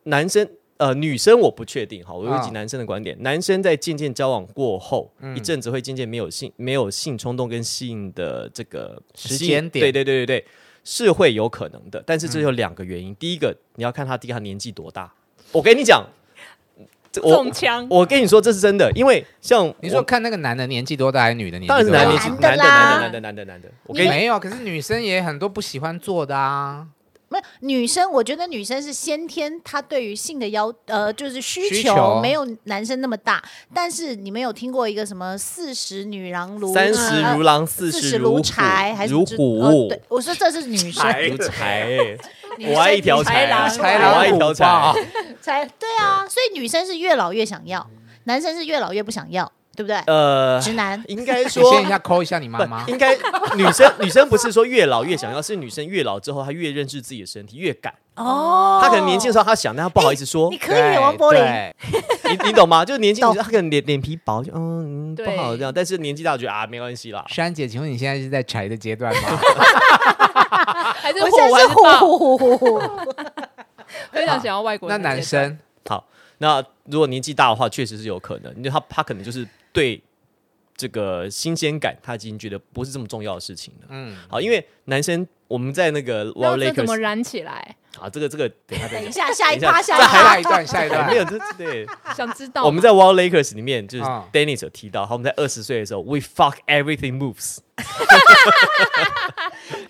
[SPEAKER 6] 男生呃女生我不确定，好，我
[SPEAKER 4] 啊
[SPEAKER 6] 有及男生的观点，男生在渐渐交往过后，一阵子会渐渐没有性没有性冲动跟性的这个
[SPEAKER 4] 时
[SPEAKER 6] 吸
[SPEAKER 4] 间点
[SPEAKER 6] 对对对对对，是会有可能的，但是这有两个原因，第一个你要看他第一个他年纪多大，我跟你讲，这我
[SPEAKER 5] 中枪，
[SPEAKER 6] 我跟你说这是真的，因为像
[SPEAKER 4] 你说
[SPEAKER 6] 我
[SPEAKER 4] 看那个男的年纪多大还是女的年纪
[SPEAKER 6] 当然是
[SPEAKER 4] 多大？
[SPEAKER 6] 男
[SPEAKER 3] 的纪男
[SPEAKER 6] 年纪，男的
[SPEAKER 3] 啦
[SPEAKER 6] 男的男的男的男的，我跟你
[SPEAKER 4] 没有，可是女生也很多不喜欢做的啊，
[SPEAKER 3] 没有女生，我觉得女生是先天她对于性的要呃，就是需求
[SPEAKER 4] 需求
[SPEAKER 3] 没有男生那么大。但是你们有听过一个什么四十女郎如
[SPEAKER 6] 三十如狼，四
[SPEAKER 3] 四
[SPEAKER 6] 十
[SPEAKER 3] 十
[SPEAKER 6] 如虎
[SPEAKER 3] 柴还是
[SPEAKER 6] 如
[SPEAKER 3] 之
[SPEAKER 6] 虎
[SPEAKER 3] 哦？对，我说这是女生，
[SPEAKER 1] 柴
[SPEAKER 6] 如柴，
[SPEAKER 3] 女生
[SPEAKER 6] 我爱一条
[SPEAKER 5] 柴
[SPEAKER 6] 柴
[SPEAKER 5] 狼，
[SPEAKER 4] 豺
[SPEAKER 6] 啊我
[SPEAKER 4] 狼
[SPEAKER 6] 爱一
[SPEAKER 4] 虎豹
[SPEAKER 6] 条柴。
[SPEAKER 3] 才对啊。所以女生是越老越想要，男生是越老越不想要，对不对？
[SPEAKER 6] 呃，
[SPEAKER 3] 直男
[SPEAKER 6] 应该
[SPEAKER 4] 你
[SPEAKER 6] 说
[SPEAKER 4] 先一下抠一下你妈妈
[SPEAKER 6] 不，应该女生女生不是说越老越想要，是女生越老之后她越认识自己的身体，越敢。
[SPEAKER 3] 哦
[SPEAKER 6] 她可能年轻的时候她想，但她不好意思说
[SPEAKER 3] 你。可以，王柏林。
[SPEAKER 4] 对
[SPEAKER 6] 你你懂吗？就是年轻的
[SPEAKER 3] 懂
[SPEAKER 6] 时候她可能脸脸皮薄，就嗯嗯
[SPEAKER 5] 对
[SPEAKER 6] 不好这样，但是年纪大觉得啊没关系啦。
[SPEAKER 4] 珊姐，请问你现在是在柴的阶段吗？
[SPEAKER 5] 还是
[SPEAKER 3] 我
[SPEAKER 5] 虎
[SPEAKER 3] 现在
[SPEAKER 5] 还
[SPEAKER 3] 是
[SPEAKER 5] 是豹
[SPEAKER 3] 呼呼呼呼呼，
[SPEAKER 5] 非常想要外国
[SPEAKER 4] 那
[SPEAKER 5] 人的阶
[SPEAKER 4] 男
[SPEAKER 5] 段。
[SPEAKER 4] 生
[SPEAKER 6] 好，那如果年纪大的话，确实是有可能，因为他他可能就是对这个新鲜感，他已经觉得不是这么重要的事情了。嗯，好，因为男生我们在那个 l a
[SPEAKER 5] 那
[SPEAKER 6] w
[SPEAKER 5] 这怎么
[SPEAKER 6] Lakers
[SPEAKER 5] 燃起来？
[SPEAKER 6] 啊，这个这个等一下再
[SPEAKER 3] 等一
[SPEAKER 6] 讲，
[SPEAKER 3] 下，下一
[SPEAKER 6] 等
[SPEAKER 3] 趴，
[SPEAKER 6] 一下
[SPEAKER 3] 下一趴
[SPEAKER 4] 下一，段，下一
[SPEAKER 6] 没有
[SPEAKER 4] 段，
[SPEAKER 6] 这对。
[SPEAKER 5] 想知道吗
[SPEAKER 6] 我们在 w a l l Lakers 里面，就是
[SPEAKER 4] 啊
[SPEAKER 6] Dennis 有提到，他们在二十岁的时候，We fuck everything moves。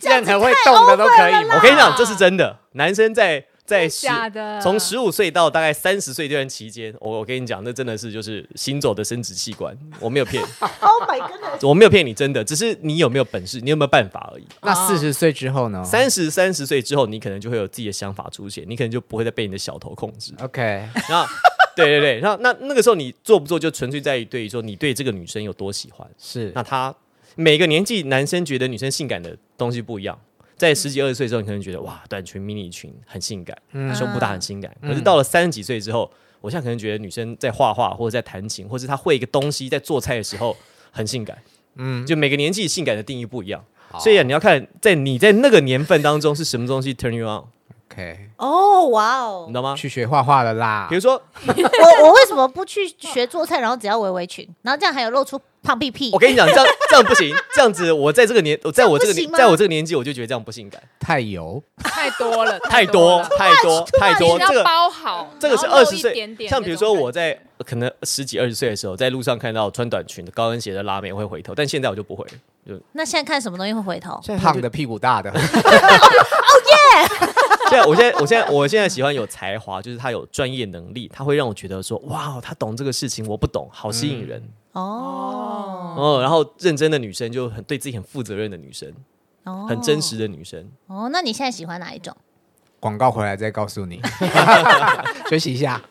[SPEAKER 4] 任何会动的都可以吗
[SPEAKER 6] 我？跟你讲，这是真的。男生在在十
[SPEAKER 5] 假的
[SPEAKER 6] 从十五岁到大概三十岁这段期间，我我跟你讲，那真的是就是行走的生殖器官，我没 有骗你，
[SPEAKER 3] ，Oh my god！
[SPEAKER 6] 我没有骗你，真的，只是你有没有本事，你有没有办法而已。
[SPEAKER 4] 那四十岁之后呢？
[SPEAKER 6] 三十三十岁之后，你可能就会有自己的想法出现，你可能就不会再被你的小头控制。
[SPEAKER 4] OK，
[SPEAKER 6] 然后，对对对，然后那那个时候你做不做，就纯粹在于对于说你对这个女生有多喜欢。
[SPEAKER 4] 是
[SPEAKER 6] 那他每个年纪，男生觉得女生性感的东西不一样。在十几二十岁的时候，你可能觉得哇，短裙、迷你裙很性感，胸部大很性感。可是到了三十几岁之后，我现在可能觉得女生在画画或者在弹琴，或者她会一个东西在做菜的时候很性感。嗯，就每个年纪性感的定义不一样，所以啊，你要看在你在那个年份当中是什么东西 turn you on，
[SPEAKER 4] OK，
[SPEAKER 3] 哦，哇哦
[SPEAKER 6] 你！懂吗？
[SPEAKER 4] 去学画画了啦
[SPEAKER 6] 比。如说，
[SPEAKER 3] 我我为什么不去学做菜，然后只要围围裙，然后这样还有露出胖屁屁
[SPEAKER 6] 我？跟你讲，这样这样不行，这样子我在这个年，我在我这个
[SPEAKER 3] 这样
[SPEAKER 6] 年，
[SPEAKER 3] 不行吗
[SPEAKER 6] 在我这个年纪，我就觉得这样不性感，
[SPEAKER 4] 太油，
[SPEAKER 5] 太多了，
[SPEAKER 6] 太多
[SPEAKER 5] 了
[SPEAKER 6] 太多太多，
[SPEAKER 5] 你要
[SPEAKER 6] 这个
[SPEAKER 5] 包好，
[SPEAKER 6] 这个是
[SPEAKER 5] 然后
[SPEAKER 6] 二
[SPEAKER 5] 露
[SPEAKER 6] 十
[SPEAKER 5] 一
[SPEAKER 6] 岁，
[SPEAKER 5] 点点
[SPEAKER 6] 像比如说我
[SPEAKER 5] 那种
[SPEAKER 6] 在呃可能十几二十岁的时候，在路上看到穿短裙的高跟鞋的拉妹，我会回头，但现在我就不会了。
[SPEAKER 3] 那现在看什么东西会回头？
[SPEAKER 4] 胖的屁股大的，
[SPEAKER 6] 现在我现在我现在我现在喜欢有才华，就是他有专业能力，他会让我觉得说，哇，他懂这个事情，我不懂，好吸引人。
[SPEAKER 3] 哦
[SPEAKER 5] 嗯
[SPEAKER 6] 哦，然后认真的女生就很对自己很负责任的女生，
[SPEAKER 3] 哦
[SPEAKER 6] 很真实的女生。
[SPEAKER 3] 哦。那你现在喜欢哪一种？
[SPEAKER 4] 广告回来再告诉你，休息一下。